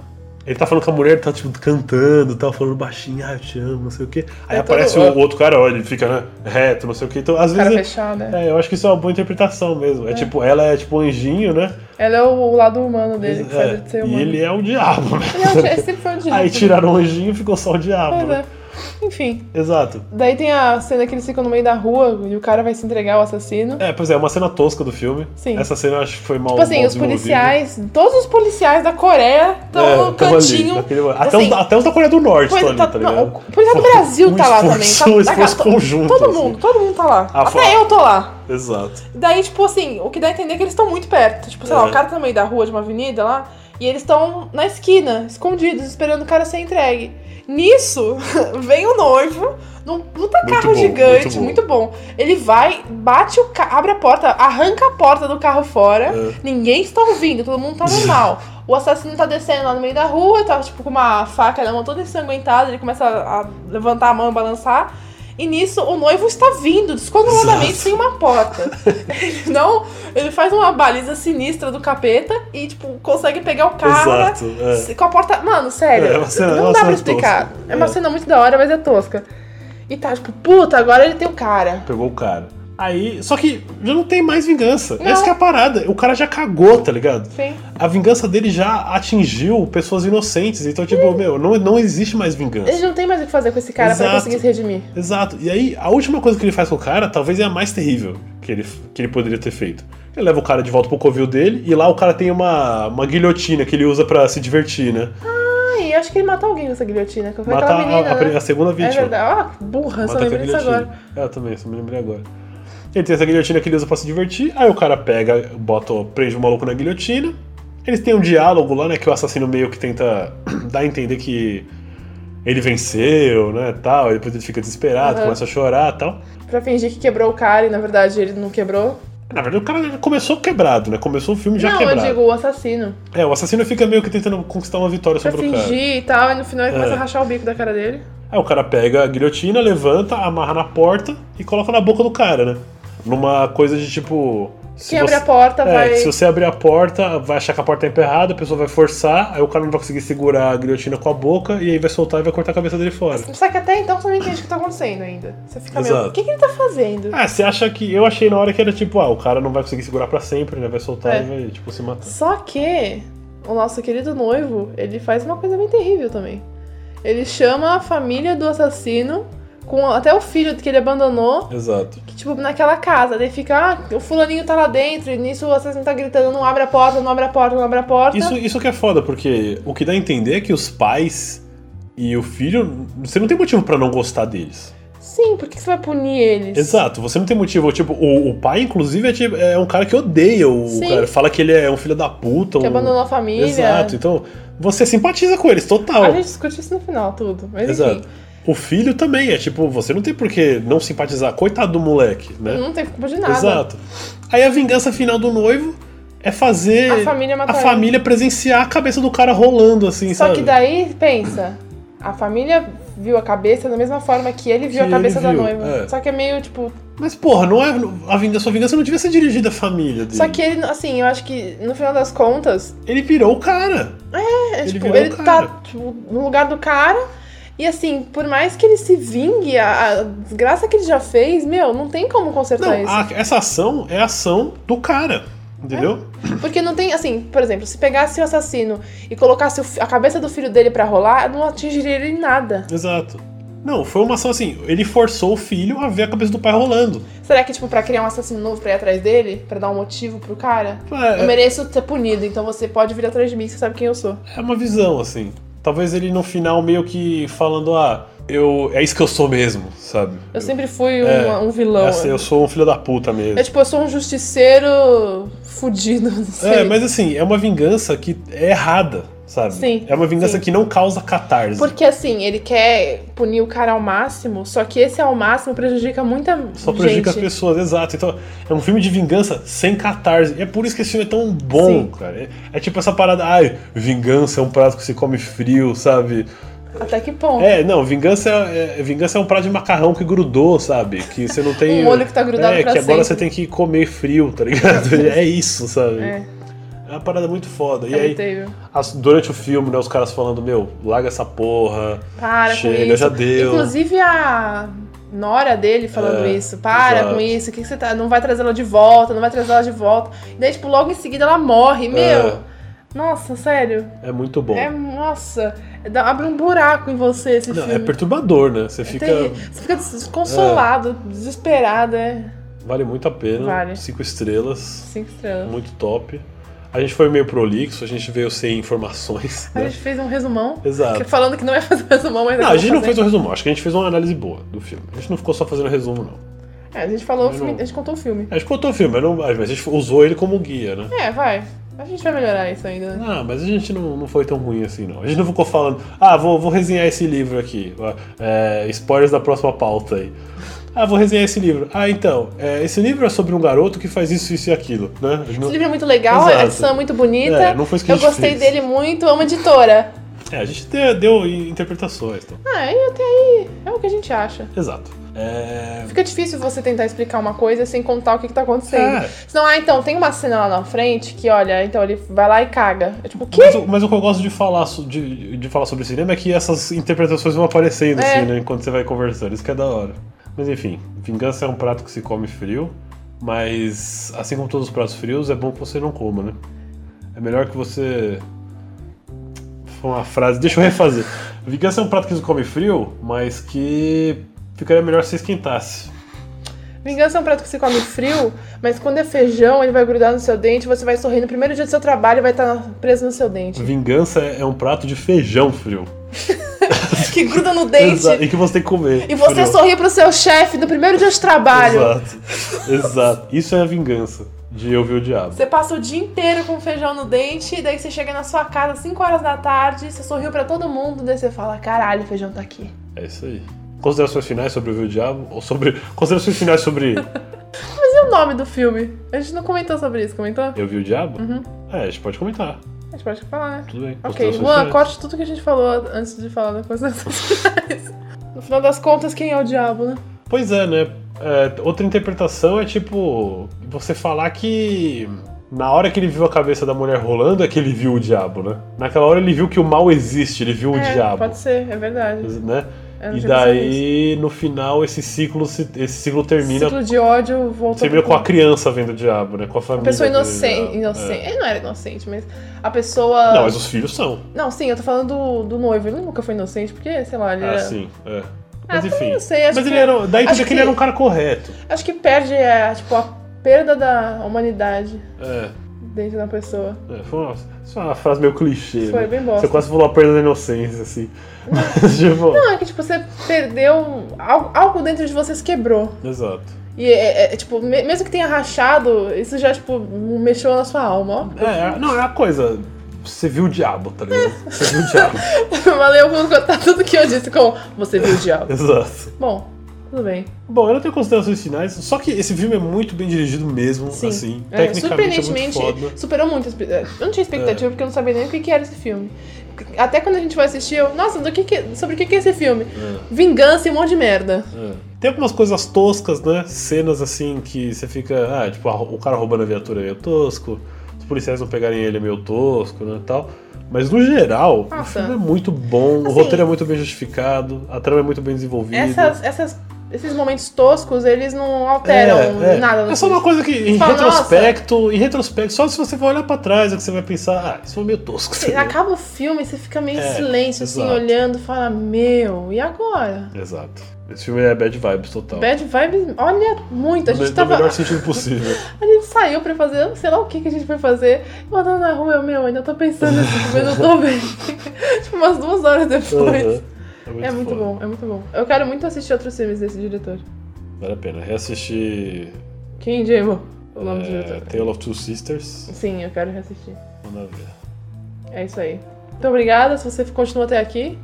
Speaker 2: Ele tá falando com a mulher, tá tipo cantando, tá falando baixinho, ah, eu te amo, não sei o quê. Aí
Speaker 1: É todo-
Speaker 2: aparece o outro cara, olha, ele fica, né, reto, não sei o quê. Então, às
Speaker 1: Cara
Speaker 2: vezes.
Speaker 1: fechado, né?
Speaker 2: É, é, eu acho que isso é uma boa interpretação mesmo. É, tipo, ela é tipo um anjinho, né?
Speaker 1: Ela é o, o lado humano dele, que faz
Speaker 2: É,
Speaker 1: ele ser
Speaker 2: e
Speaker 1: humano.
Speaker 2: ele é o diabo, né? (laughs)
Speaker 1: Ele é o- ele sempre foi um diabo.
Speaker 2: Aí tiraram o anjinho e ficou só o diabo.
Speaker 1: Pois
Speaker 2: né?
Speaker 1: é. Enfim.
Speaker 2: Exato.
Speaker 1: Daí tem a cena que eles ficam no meio da rua e o cara vai se entregar ao assassino.
Speaker 2: É, um pois é, é uma cena tosca do filme.
Speaker 1: Sim.
Speaker 2: Essa cena eu acho que foi mal.
Speaker 1: Tipo assim,
Speaker 2: mal
Speaker 1: os
Speaker 2: desenvolvida.
Speaker 1: policiais, todos os policiais da Coreia estão
Speaker 2: É,
Speaker 1: no
Speaker 2: tava ali,
Speaker 1: cantinho.
Speaker 2: naquele- até,
Speaker 1: assim,
Speaker 2: os, da- até os da Coreia do Norte
Speaker 1: coisa-
Speaker 2: estão ali,
Speaker 1: tá-
Speaker 2: tá, ligado?
Speaker 1: não, o policial do Brasil
Speaker 2: (laughs) Um
Speaker 1: tá lá
Speaker 2: (laughs)
Speaker 1: também.
Speaker 2: esforço-
Speaker 1: Tá,
Speaker 2: um
Speaker 1: da-
Speaker 2: esforço
Speaker 1: to-
Speaker 2: conjunto,
Speaker 1: Todo
Speaker 2: assim.
Speaker 1: mundo, todo mundo tá lá.
Speaker 2: Ah,
Speaker 1: Até
Speaker 2: fala-
Speaker 1: eu tô lá.
Speaker 2: Exato.
Speaker 1: Daí, tipo assim, o que dá a entender é que eles estão muito perto. Tipo, sei lá,
Speaker 2: É.
Speaker 1: o cara tá no meio da rua de uma avenida lá e eles estão na esquina, escondidos, esperando o cara ser entregue. Nisso, (laughs) vem o noivo num puta
Speaker 2: Muito
Speaker 1: carro
Speaker 2: bom,
Speaker 1: gigante,
Speaker 2: muito
Speaker 1: muito bom. Ele vai, bate o carro, abre a porta, arranca a porta do carro fora.
Speaker 2: É.
Speaker 1: Ninguém está ouvindo, todo
Speaker 2: (laughs)
Speaker 1: mundo tá normal. O assassino tá descendo lá no meio da rua, tá tipo com uma faca na mão toda ensanguentada, ele começa a, a levantar a mão e balançar. E nisso o noivo está vindo, descontroladamente,
Speaker 2: Exato.
Speaker 1: sem uma
Speaker 2: (laughs)
Speaker 1: porta. ele não. Ele faz uma baliza sinistra do capeta e, tipo, consegue pegar o carro. né?
Speaker 2: Exato. é.
Speaker 1: Com a porta. Mano, sério.
Speaker 2: É, é uma cena- é
Speaker 1: não
Speaker 2: uma
Speaker 1: dá
Speaker 2: cena
Speaker 1: pra explicar.
Speaker 2: tosca.
Speaker 1: É uma
Speaker 2: É.
Speaker 1: cena muito da hora, mas é tosca. E tá, tipo, puta, agora ele tem o cara.
Speaker 2: Pegou o cara. Aí, só que já não tem mais vingança.
Speaker 1: Não.
Speaker 2: Essa que é a parada. O cara já cagou, tá ligado?
Speaker 1: Sim.
Speaker 2: A vingança dele já atingiu pessoas inocentes. Então, tipo,
Speaker 1: Hum.
Speaker 2: meu, não, não existe mais vingança.
Speaker 1: Eles não tem mais o que fazer com esse cara pra ele
Speaker 2: Exato.
Speaker 1: conseguir se redimir.
Speaker 2: Exato. E aí, a última coisa que ele faz com o cara talvez é a mais terrível que ele, que ele poderia ter feito. Ele leva o cara de volta pro covil dele e lá o cara tem uma, uma guilhotina que ele usa pra se divertir, né?
Speaker 1: Ai, acho que ele matou alguém com essa guilhotina. que Foi
Speaker 2: Mata
Speaker 1: aquela
Speaker 2: a-
Speaker 1: menina. né?
Speaker 2: a, pri- a segunda
Speaker 1: É
Speaker 2: vítima.
Speaker 1: verdade. Ah, burra, só
Speaker 2: Mata
Speaker 1: lembrei disso
Speaker 2: aquele
Speaker 1: agora.
Speaker 2: guilhotina. É, Eu também, só me lembrei agora. Ele tem essa guilhotina que ele usa pra se divertir, aí o cara pega, bota, prende o maluco na guilhotina. Eles têm um diálogo lá, né, que o assassino meio que tenta (clears throat) dar a entender que ele venceu, né, tal, e depois ele fica desesperado,
Speaker 1: Aham.
Speaker 2: começa a chorar, tal.
Speaker 1: Pra fingir que quebrou o cara e na verdade ele não quebrou.
Speaker 2: Na verdade, o cara já começou quebrado, né? Começou o filme já
Speaker 1: não,
Speaker 2: quebrado.
Speaker 1: eu digo o assassino.
Speaker 2: É, o assassino fica meio que tentando conquistar uma vitória
Speaker 1: Pra
Speaker 2: sobre o cara.
Speaker 1: fingir e tal, e no final ele começa
Speaker 2: É.
Speaker 1: a rachar o bico da cara dele.
Speaker 2: Aí o cara pega a guilhotina, levanta, amarra na porta e coloca na boca do cara, né? Numa coisa de tipo. se
Speaker 1: Quem abre
Speaker 2: você-
Speaker 1: a porta
Speaker 2: É,
Speaker 1: vai.
Speaker 2: que se você abrir a porta, vai achar que a porta tá emperrada, a pessoa vai forçar, aí o cara não vai conseguir segurar a guilhotina com a boca, e aí vai soltar e vai cortar a cabeça dele fora.
Speaker 1: Só que até então você não entende o que tá acontecendo ainda. Você fica meio.
Speaker 2: Exato.
Speaker 1: O que, que ele tá fazendo?
Speaker 2: Ah, você acha que. Eu achei na hora que era tipo, ah, o cara não vai conseguir segurar pra sempre, né? Vai soltar
Speaker 1: É.
Speaker 2: e vai, tipo, se matar.
Speaker 1: Só que o nosso querido noivo, ele faz uma coisa bem terrível também. Ele chama a família do assassino, com até o filho que ele abandonou,
Speaker 2: Exato.
Speaker 1: que, tipo, naquela casa. Daí fica, ah, o fulaninho tá lá dentro, e nisso o assassino tá gritando, não abre a porta, não abre a porta, não abre a porta.
Speaker 2: Isso, isso que é foda, porque o que dá a entender é que os pais e o filho. Você não tem motivo pra não gostar deles.
Speaker 1: Sim, por que que você vai punir eles?
Speaker 2: Exato, você não tem motivo. Tipo, o, o pai, inclusive, é, tipo- é um cara que odeia o
Speaker 1: Sim.
Speaker 2: cara. Fala que ele é um filho da puta.
Speaker 1: Que
Speaker 2: um...
Speaker 1: abandonou a família.
Speaker 2: Exato, então você simpatiza com eles, total.
Speaker 1: A gente discute isso no final, tudo. Mas
Speaker 2: Exato.
Speaker 1: enfim,
Speaker 2: O filho também, é tipo, você não tem por que não simpatizar. Coitado do moleque, né?
Speaker 1: não tem culpa de nada.
Speaker 2: Exato. Aí a vingança final do noivo é fazer
Speaker 1: A família
Speaker 2: a
Speaker 1: matou ele.
Speaker 2: família presenciar a cabeça do cara rolando, assim,
Speaker 1: Só
Speaker 2: sabe?
Speaker 1: que daí, pensa, a família viu a cabeça da mesma forma que ele viu
Speaker 2: Que
Speaker 1: a cabeça
Speaker 2: ele
Speaker 1: da
Speaker 2: viu,
Speaker 1: noiva.
Speaker 2: é.
Speaker 1: Só que é meio tipo.
Speaker 2: Mas, porra, não é, a vingança, sua vingança não devia ser dirigida à família dele.
Speaker 1: Só que ele, assim, eu acho que no final das contas,
Speaker 2: Ele virou o cara.
Speaker 1: É,
Speaker 2: Ele
Speaker 1: tipo,
Speaker 2: virou
Speaker 1: ele
Speaker 2: o cara.
Speaker 1: tá tipo, no lugar do cara. E assim, por mais que ele se vingue, a, a desgraça que ele já fez, meu, não tem como consertar
Speaker 2: Não,
Speaker 1: É isso.
Speaker 2: a- essa ação é a ação do cara. Entendeu?
Speaker 1: Porque não tem, assim, por exemplo, se pegasse o assassino e colocasse o fi- a cabeça do filho dele pra rolar, não atingiria ele em nada.
Speaker 2: Exato. Não, foi uma ação assim. Ele forçou o filho a ver a cabeça do pai rolando.
Speaker 1: Será que, tipo, pra criar um assassino novo pra ir atrás dele? Pra dar um motivo pro cara?
Speaker 2: É,
Speaker 1: Eu mereço ser punido, então você pode vir atrás de mim, você sabe quem eu sou.
Speaker 2: É uma visão, assim. Talvez ele no final meio que falando, ah, eu. É isso que eu sou mesmo, sabe?
Speaker 1: Eu sempre fui um,
Speaker 2: É,
Speaker 1: um vilão.
Speaker 2: Essa- eu sou um filho da puta mesmo.
Speaker 1: É tipo, eu sou um justiceiro fudido, (laughs) não sei.
Speaker 2: É, mas assim, é uma vingança que é errada, sabe?
Speaker 1: Sim,
Speaker 2: É uma vingança
Speaker 1: sim.
Speaker 2: que não causa catarse.
Speaker 1: Porque assim, ele quer punir o cara ao máximo, só que esse ao máximo prejudica muita
Speaker 2: Só prejudica
Speaker 1: gente.
Speaker 2: as pessoas, exato. Então, é um filme de vingança sem catarse. É por isso que esse filme é tão bom,
Speaker 1: Sim.
Speaker 2: cara. É, é tipo essa parada, ai, vingança é um prato que se come frio, sabe?
Speaker 1: Até que ponto? Um
Speaker 2: É, não, vingança é, é- vingança é um prato de macarrão que grudou, sabe? Que você não
Speaker 1: (laughs)
Speaker 2: tem.
Speaker 1: Um molho que tá grudado
Speaker 2: É,
Speaker 1: pra
Speaker 2: que agora
Speaker 1: sempre.
Speaker 2: você tem que comer frio,
Speaker 1: (laughs)
Speaker 2: tá ligado? É isso, sabe?
Speaker 1: É,
Speaker 2: É uma parada muito foda.
Speaker 1: é
Speaker 2: e aí,
Speaker 1: terrível.
Speaker 2: as- durante o filme, né, os caras falando, meu, larga essa porra.
Speaker 1: Para com
Speaker 2: Chega,
Speaker 1: isso.
Speaker 2: já deu.
Speaker 1: Inclusive a Nora dele falando
Speaker 2: É,
Speaker 1: isso. Para
Speaker 2: exato.
Speaker 1: com isso, o que, que você tá. Não vai trazer ela de volta, não vai trazer ela de volta. E daí, tipo, logo em seguida ela morre, meu. Nossa, sério.
Speaker 2: É, é muito É. bom.
Speaker 1: É, nossa. Dá- abre um buraco em você esse
Speaker 2: Não,
Speaker 1: filme.
Speaker 2: é perturbador, né? Você
Speaker 1: É
Speaker 2: fica.
Speaker 1: terrível. Você fica desconsolado, desesperado, é. Assim
Speaker 2: Vale muito a pena.
Speaker 1: Vale.
Speaker 2: Cinco estrelas.
Speaker 1: Cinco estrelas.
Speaker 2: Muito top. A gente foi meio prolixo, a gente veio sem informações.
Speaker 1: (laughs) A
Speaker 2: Né?
Speaker 1: gente fez um resumão.
Speaker 2: Exato.
Speaker 1: Falando que não ia fazer um resumão, mas
Speaker 2: Não, a gente não
Speaker 1: acabou
Speaker 2: fez
Speaker 1: fazendo.
Speaker 2: um resumo, acho que a gente fez uma análise boa do filme. A gente não ficou só fazendo resumo, não.
Speaker 1: É, a gente falou, o
Speaker 2: Eu
Speaker 1: filme,
Speaker 2: não-
Speaker 1: a gente contou o filme.
Speaker 2: A gente contou o filme, mas, não, mas a gente usou ele como guia, né?
Speaker 1: É, vai. A gente vai melhorar isso ainda. né?
Speaker 2: Ah, mas a gente não, não foi tão ruim assim, não. A gente não ficou falando, ah, vou, vou resenhar esse livro aqui. ó, é, spoilers da próxima pauta aí. Ah, vou resenhar esse livro. Ah, então, é, esse livro é sobre um garoto que faz isso, isso e aquilo, né? A gente
Speaker 1: Esse
Speaker 2: não-
Speaker 1: livro é muito legal, a
Speaker 2: Exato.
Speaker 1: edição é muito bonita.
Speaker 2: É, não foi isso que a
Speaker 1: eu
Speaker 2: gente
Speaker 1: gostei
Speaker 2: fez.
Speaker 1: dele muito, amo a editora.
Speaker 2: É, a gente deu, deu interpretações, então.
Speaker 1: Ah, e até aí é o que a gente acha.
Speaker 2: Exato. É...
Speaker 1: Fica difícil você tentar explicar uma coisa sem contar o que, que tá acontecendo.
Speaker 2: É.
Speaker 1: Senão, ah, então, tem uma cena lá na frente que, olha, então ele vai lá e caga. É tipo, o quê?
Speaker 2: Mas, o- mas o que eu gosto de falar, so- de, de falar sobre cinema é que essas interpretações vão aparecendo,
Speaker 1: É.
Speaker 2: assim, né? Enquanto você vai conversando. Isso que é da hora. Mas enfim, vingança é um prato que se come frio, mas assim como todos os pratos frios, é bom que você não coma, né? É melhor que você. Foi uma frase, deixa eu refazer. Vingança é um prato que se come frio, mas que ficaria melhor se esquentasse.
Speaker 1: Vingança é um prato que se come frio, mas quando é feijão, ele vai grudar no seu dente, você vai sorrir. No primeiro dia do seu trabalho, vai estar preso no seu dente.
Speaker 2: (laughs) Vingança é é um prato de feijão frio.
Speaker 1: que gruda no dente.
Speaker 2: Exa- E que você tem que comer.
Speaker 1: E você
Speaker 2: frio.
Speaker 1: sorri pro seu chefe no primeiro dia de trabalho.
Speaker 2: Exato. Exato. Isso é a vingança de eu ver o diabo.
Speaker 1: Você passa o dia inteiro com feijão no dente, e daí você chega na sua casa às 5 horas da tarde, você sorriu pra todo mundo, daí você fala: caralho, o feijão tá aqui.
Speaker 2: É isso aí. Considerações finais sobre eu ver o diabo? Ou sobre. (laughs) Considerações finais sobre
Speaker 1: Mas e o nome do filme? A gente não comentou sobre isso, comentou?
Speaker 2: eu vi o diabo? É, a gente pode comentar.
Speaker 1: A gente pode falar, né?
Speaker 2: Tudo bem.
Speaker 1: Uhum. Ok,
Speaker 2: Considerações
Speaker 1: Luan,
Speaker 2: finais.
Speaker 1: corte tudo que a gente falou antes de falar da coisa das (laughs) finais. No final das contas, quem é o diabo, né?
Speaker 2: Pois é, né? É, outra interpretação é tipo. Você falar que. Na hora que ele viu a cabeça da mulher rolando, é que ele viu o diabo, né? Naquela hora ele viu que o mal existe, ele viu
Speaker 1: é,
Speaker 2: o diabo.
Speaker 1: Pode ser, é verdade.
Speaker 2: Né?
Speaker 1: Eu não é
Speaker 2: E
Speaker 1: tinha pensado nisso.
Speaker 2: daí, no final, esse ciclo, se, esse ciclo termina
Speaker 1: Ciclo de ódio voltou.
Speaker 2: Você vira
Speaker 1: pro
Speaker 2: com a criança vendo o diabo, né? Com a família.
Speaker 1: pessoa
Speaker 2: vendo o
Speaker 1: inocente.
Speaker 2: diabo.
Speaker 1: inocente.
Speaker 2: É.
Speaker 1: Ele não era inocente, mas a pessoa.
Speaker 2: Não, mas os filhos são.
Speaker 1: Não, sim, eu tô falando do, do noivo. Ele nunca foi inocente, porque, sei lá, ele
Speaker 2: Ah,
Speaker 1: era.
Speaker 2: sim. É.
Speaker 1: Ah,
Speaker 2: Mas
Speaker 1: também
Speaker 2: enfim.
Speaker 1: não sei, acho
Speaker 2: Mas
Speaker 1: que-
Speaker 2: ele era. Daí tu
Speaker 1: acho
Speaker 2: vê que ele
Speaker 1: que-
Speaker 2: era um cara correto.
Speaker 1: Acho que perde, é, tipo, a perda da humanidade
Speaker 2: É.
Speaker 1: dentro da pessoa.
Speaker 2: é. Foi, uma, isso é uma frase meio clichê.
Speaker 1: Foi
Speaker 2: né?
Speaker 1: bem bosta.
Speaker 2: Você quase falou a perda da inocência, assim. (laughs) Mas, tipo.
Speaker 1: Não, é que, tipo, você perdeu. Algo, algo dentro de você se quebrou.
Speaker 2: Exato.
Speaker 1: E, é, é, tipo, me- mesmo que tenha rachado, isso já, tipo, mexeu na sua alma,
Speaker 2: É, é- não, é uma coisa. Você viu o diabo, tá ligado? Você viu o diabo. (laughs)
Speaker 1: ó. (laughs) Valeu por contar tudo que eu disse com você viu o diabo.
Speaker 2: Exato.
Speaker 1: Bom, tudo bem.
Speaker 2: Bom, eu não tenho considerações finais, só que esse filme é muito bem dirigido mesmo,
Speaker 1: Sim.
Speaker 2: assim.
Speaker 1: É,
Speaker 2: Tecnicamente é muito
Speaker 1: surpreendentemente,
Speaker 2: foda.
Speaker 1: eh,
Speaker 2: É.
Speaker 1: superou muito. a expe- Eu não tinha expectativa porque eu não sabia nem o que que era esse filme. até quando a gente vai assistir, eu, nossa, do que que- sobre o que, que é esse filme? Vingança e um monte de merda.
Speaker 2: Tem algumas coisas toscas, né? Cenas assim que você fica. Ah, tipo, a- o cara roubando a viatura é meio tosco, os policiais não pegarem ele é meio tosco, né? Tal. Mas no geral, o
Speaker 1: Nossa.
Speaker 2: filme é muito bom, o
Speaker 1: Assim,
Speaker 2: roteiro é muito bem justificado, a trama é muito bem desenvolvida.
Speaker 1: Essas, essas- esses momentos toscos, eles não alteram
Speaker 2: É, é.
Speaker 1: nada. no
Speaker 2: É só uma
Speaker 1: filme.
Speaker 2: coisa que em
Speaker 1: Fala,
Speaker 2: retrospecto, em retrospecto, só se você for olhar pra trás é que você vai pensar, ah, isso foi meio tosco.
Speaker 1: Você
Speaker 2: entendeu?
Speaker 1: acaba o filme, você fica meio
Speaker 2: É,
Speaker 1: em silêncio, assim,
Speaker 2: exato.
Speaker 1: olhando, fala, meu, e agora?
Speaker 2: Exato. Esse filme é bad vibes total.
Speaker 1: Bad vibes, olha muito. A
Speaker 2: no,
Speaker 1: gente
Speaker 2: no
Speaker 1: tava.
Speaker 2: então, melhor sentido
Speaker 1: (laughs)
Speaker 2: possível.
Speaker 1: A gente saiu pra fazer, sei lá o que que a gente foi fazer. Eu andando na rua, eu, meu, ainda tô pensando
Speaker 2: (laughs)
Speaker 1: nisso, mas eu tô bem. (laughs) tipo, umas duas horas depois.
Speaker 2: Uhum.
Speaker 1: É muito
Speaker 2: foda.
Speaker 1: bom, é muito bom. Eu quero muito assistir outros filmes desse diretor.
Speaker 2: Vale a pena. Reassistir
Speaker 1: Kim Jamo, o nome do
Speaker 2: é,
Speaker 1: diretor.
Speaker 2: Tale of Two Sisters.
Speaker 1: Sim, eu quero reassistir.
Speaker 2: Manda ver.
Speaker 1: É isso aí. Muito obrigada se você continua até aqui.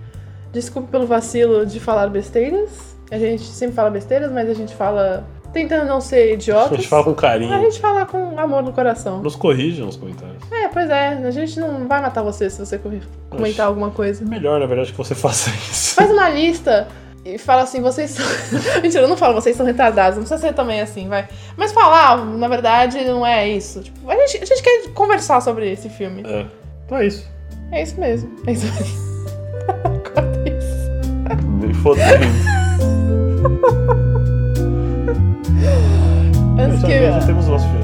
Speaker 1: Desculpe pelo vacilo de falar besteiras. A gente sempre fala besteiras, mas a gente fala tentando não ser
Speaker 2: A
Speaker 1: idiotas.
Speaker 2: gente fala com
Speaker 1: A
Speaker 2: carinho.
Speaker 1: gente fala com amor no coração.
Speaker 2: Nos corrijam nos comentários.
Speaker 1: É, pois é. A gente não vai matar você se você corri-
Speaker 2: Oxe.
Speaker 1: comentar alguma coisa.
Speaker 2: É melhor, na verdade, que você (laughs) faça isso.
Speaker 1: Faz uma lista e fala assim, vocês são. (laughs) Mentira, eu não falo, vocês são retardados, não precisa ser também assim, vai. Mas falar, na verdade, não é isso. Tipo, a, gente, a gente quer conversar sobre esse filme.
Speaker 2: É. Então é isso.
Speaker 1: É isso mesmo. É isso mesmo. (laughs) Corta isso.
Speaker 2: Nem fodendo.
Speaker 1: Antes
Speaker 2: Já,
Speaker 1: que. é.
Speaker 2: já temos o nosso final. Então é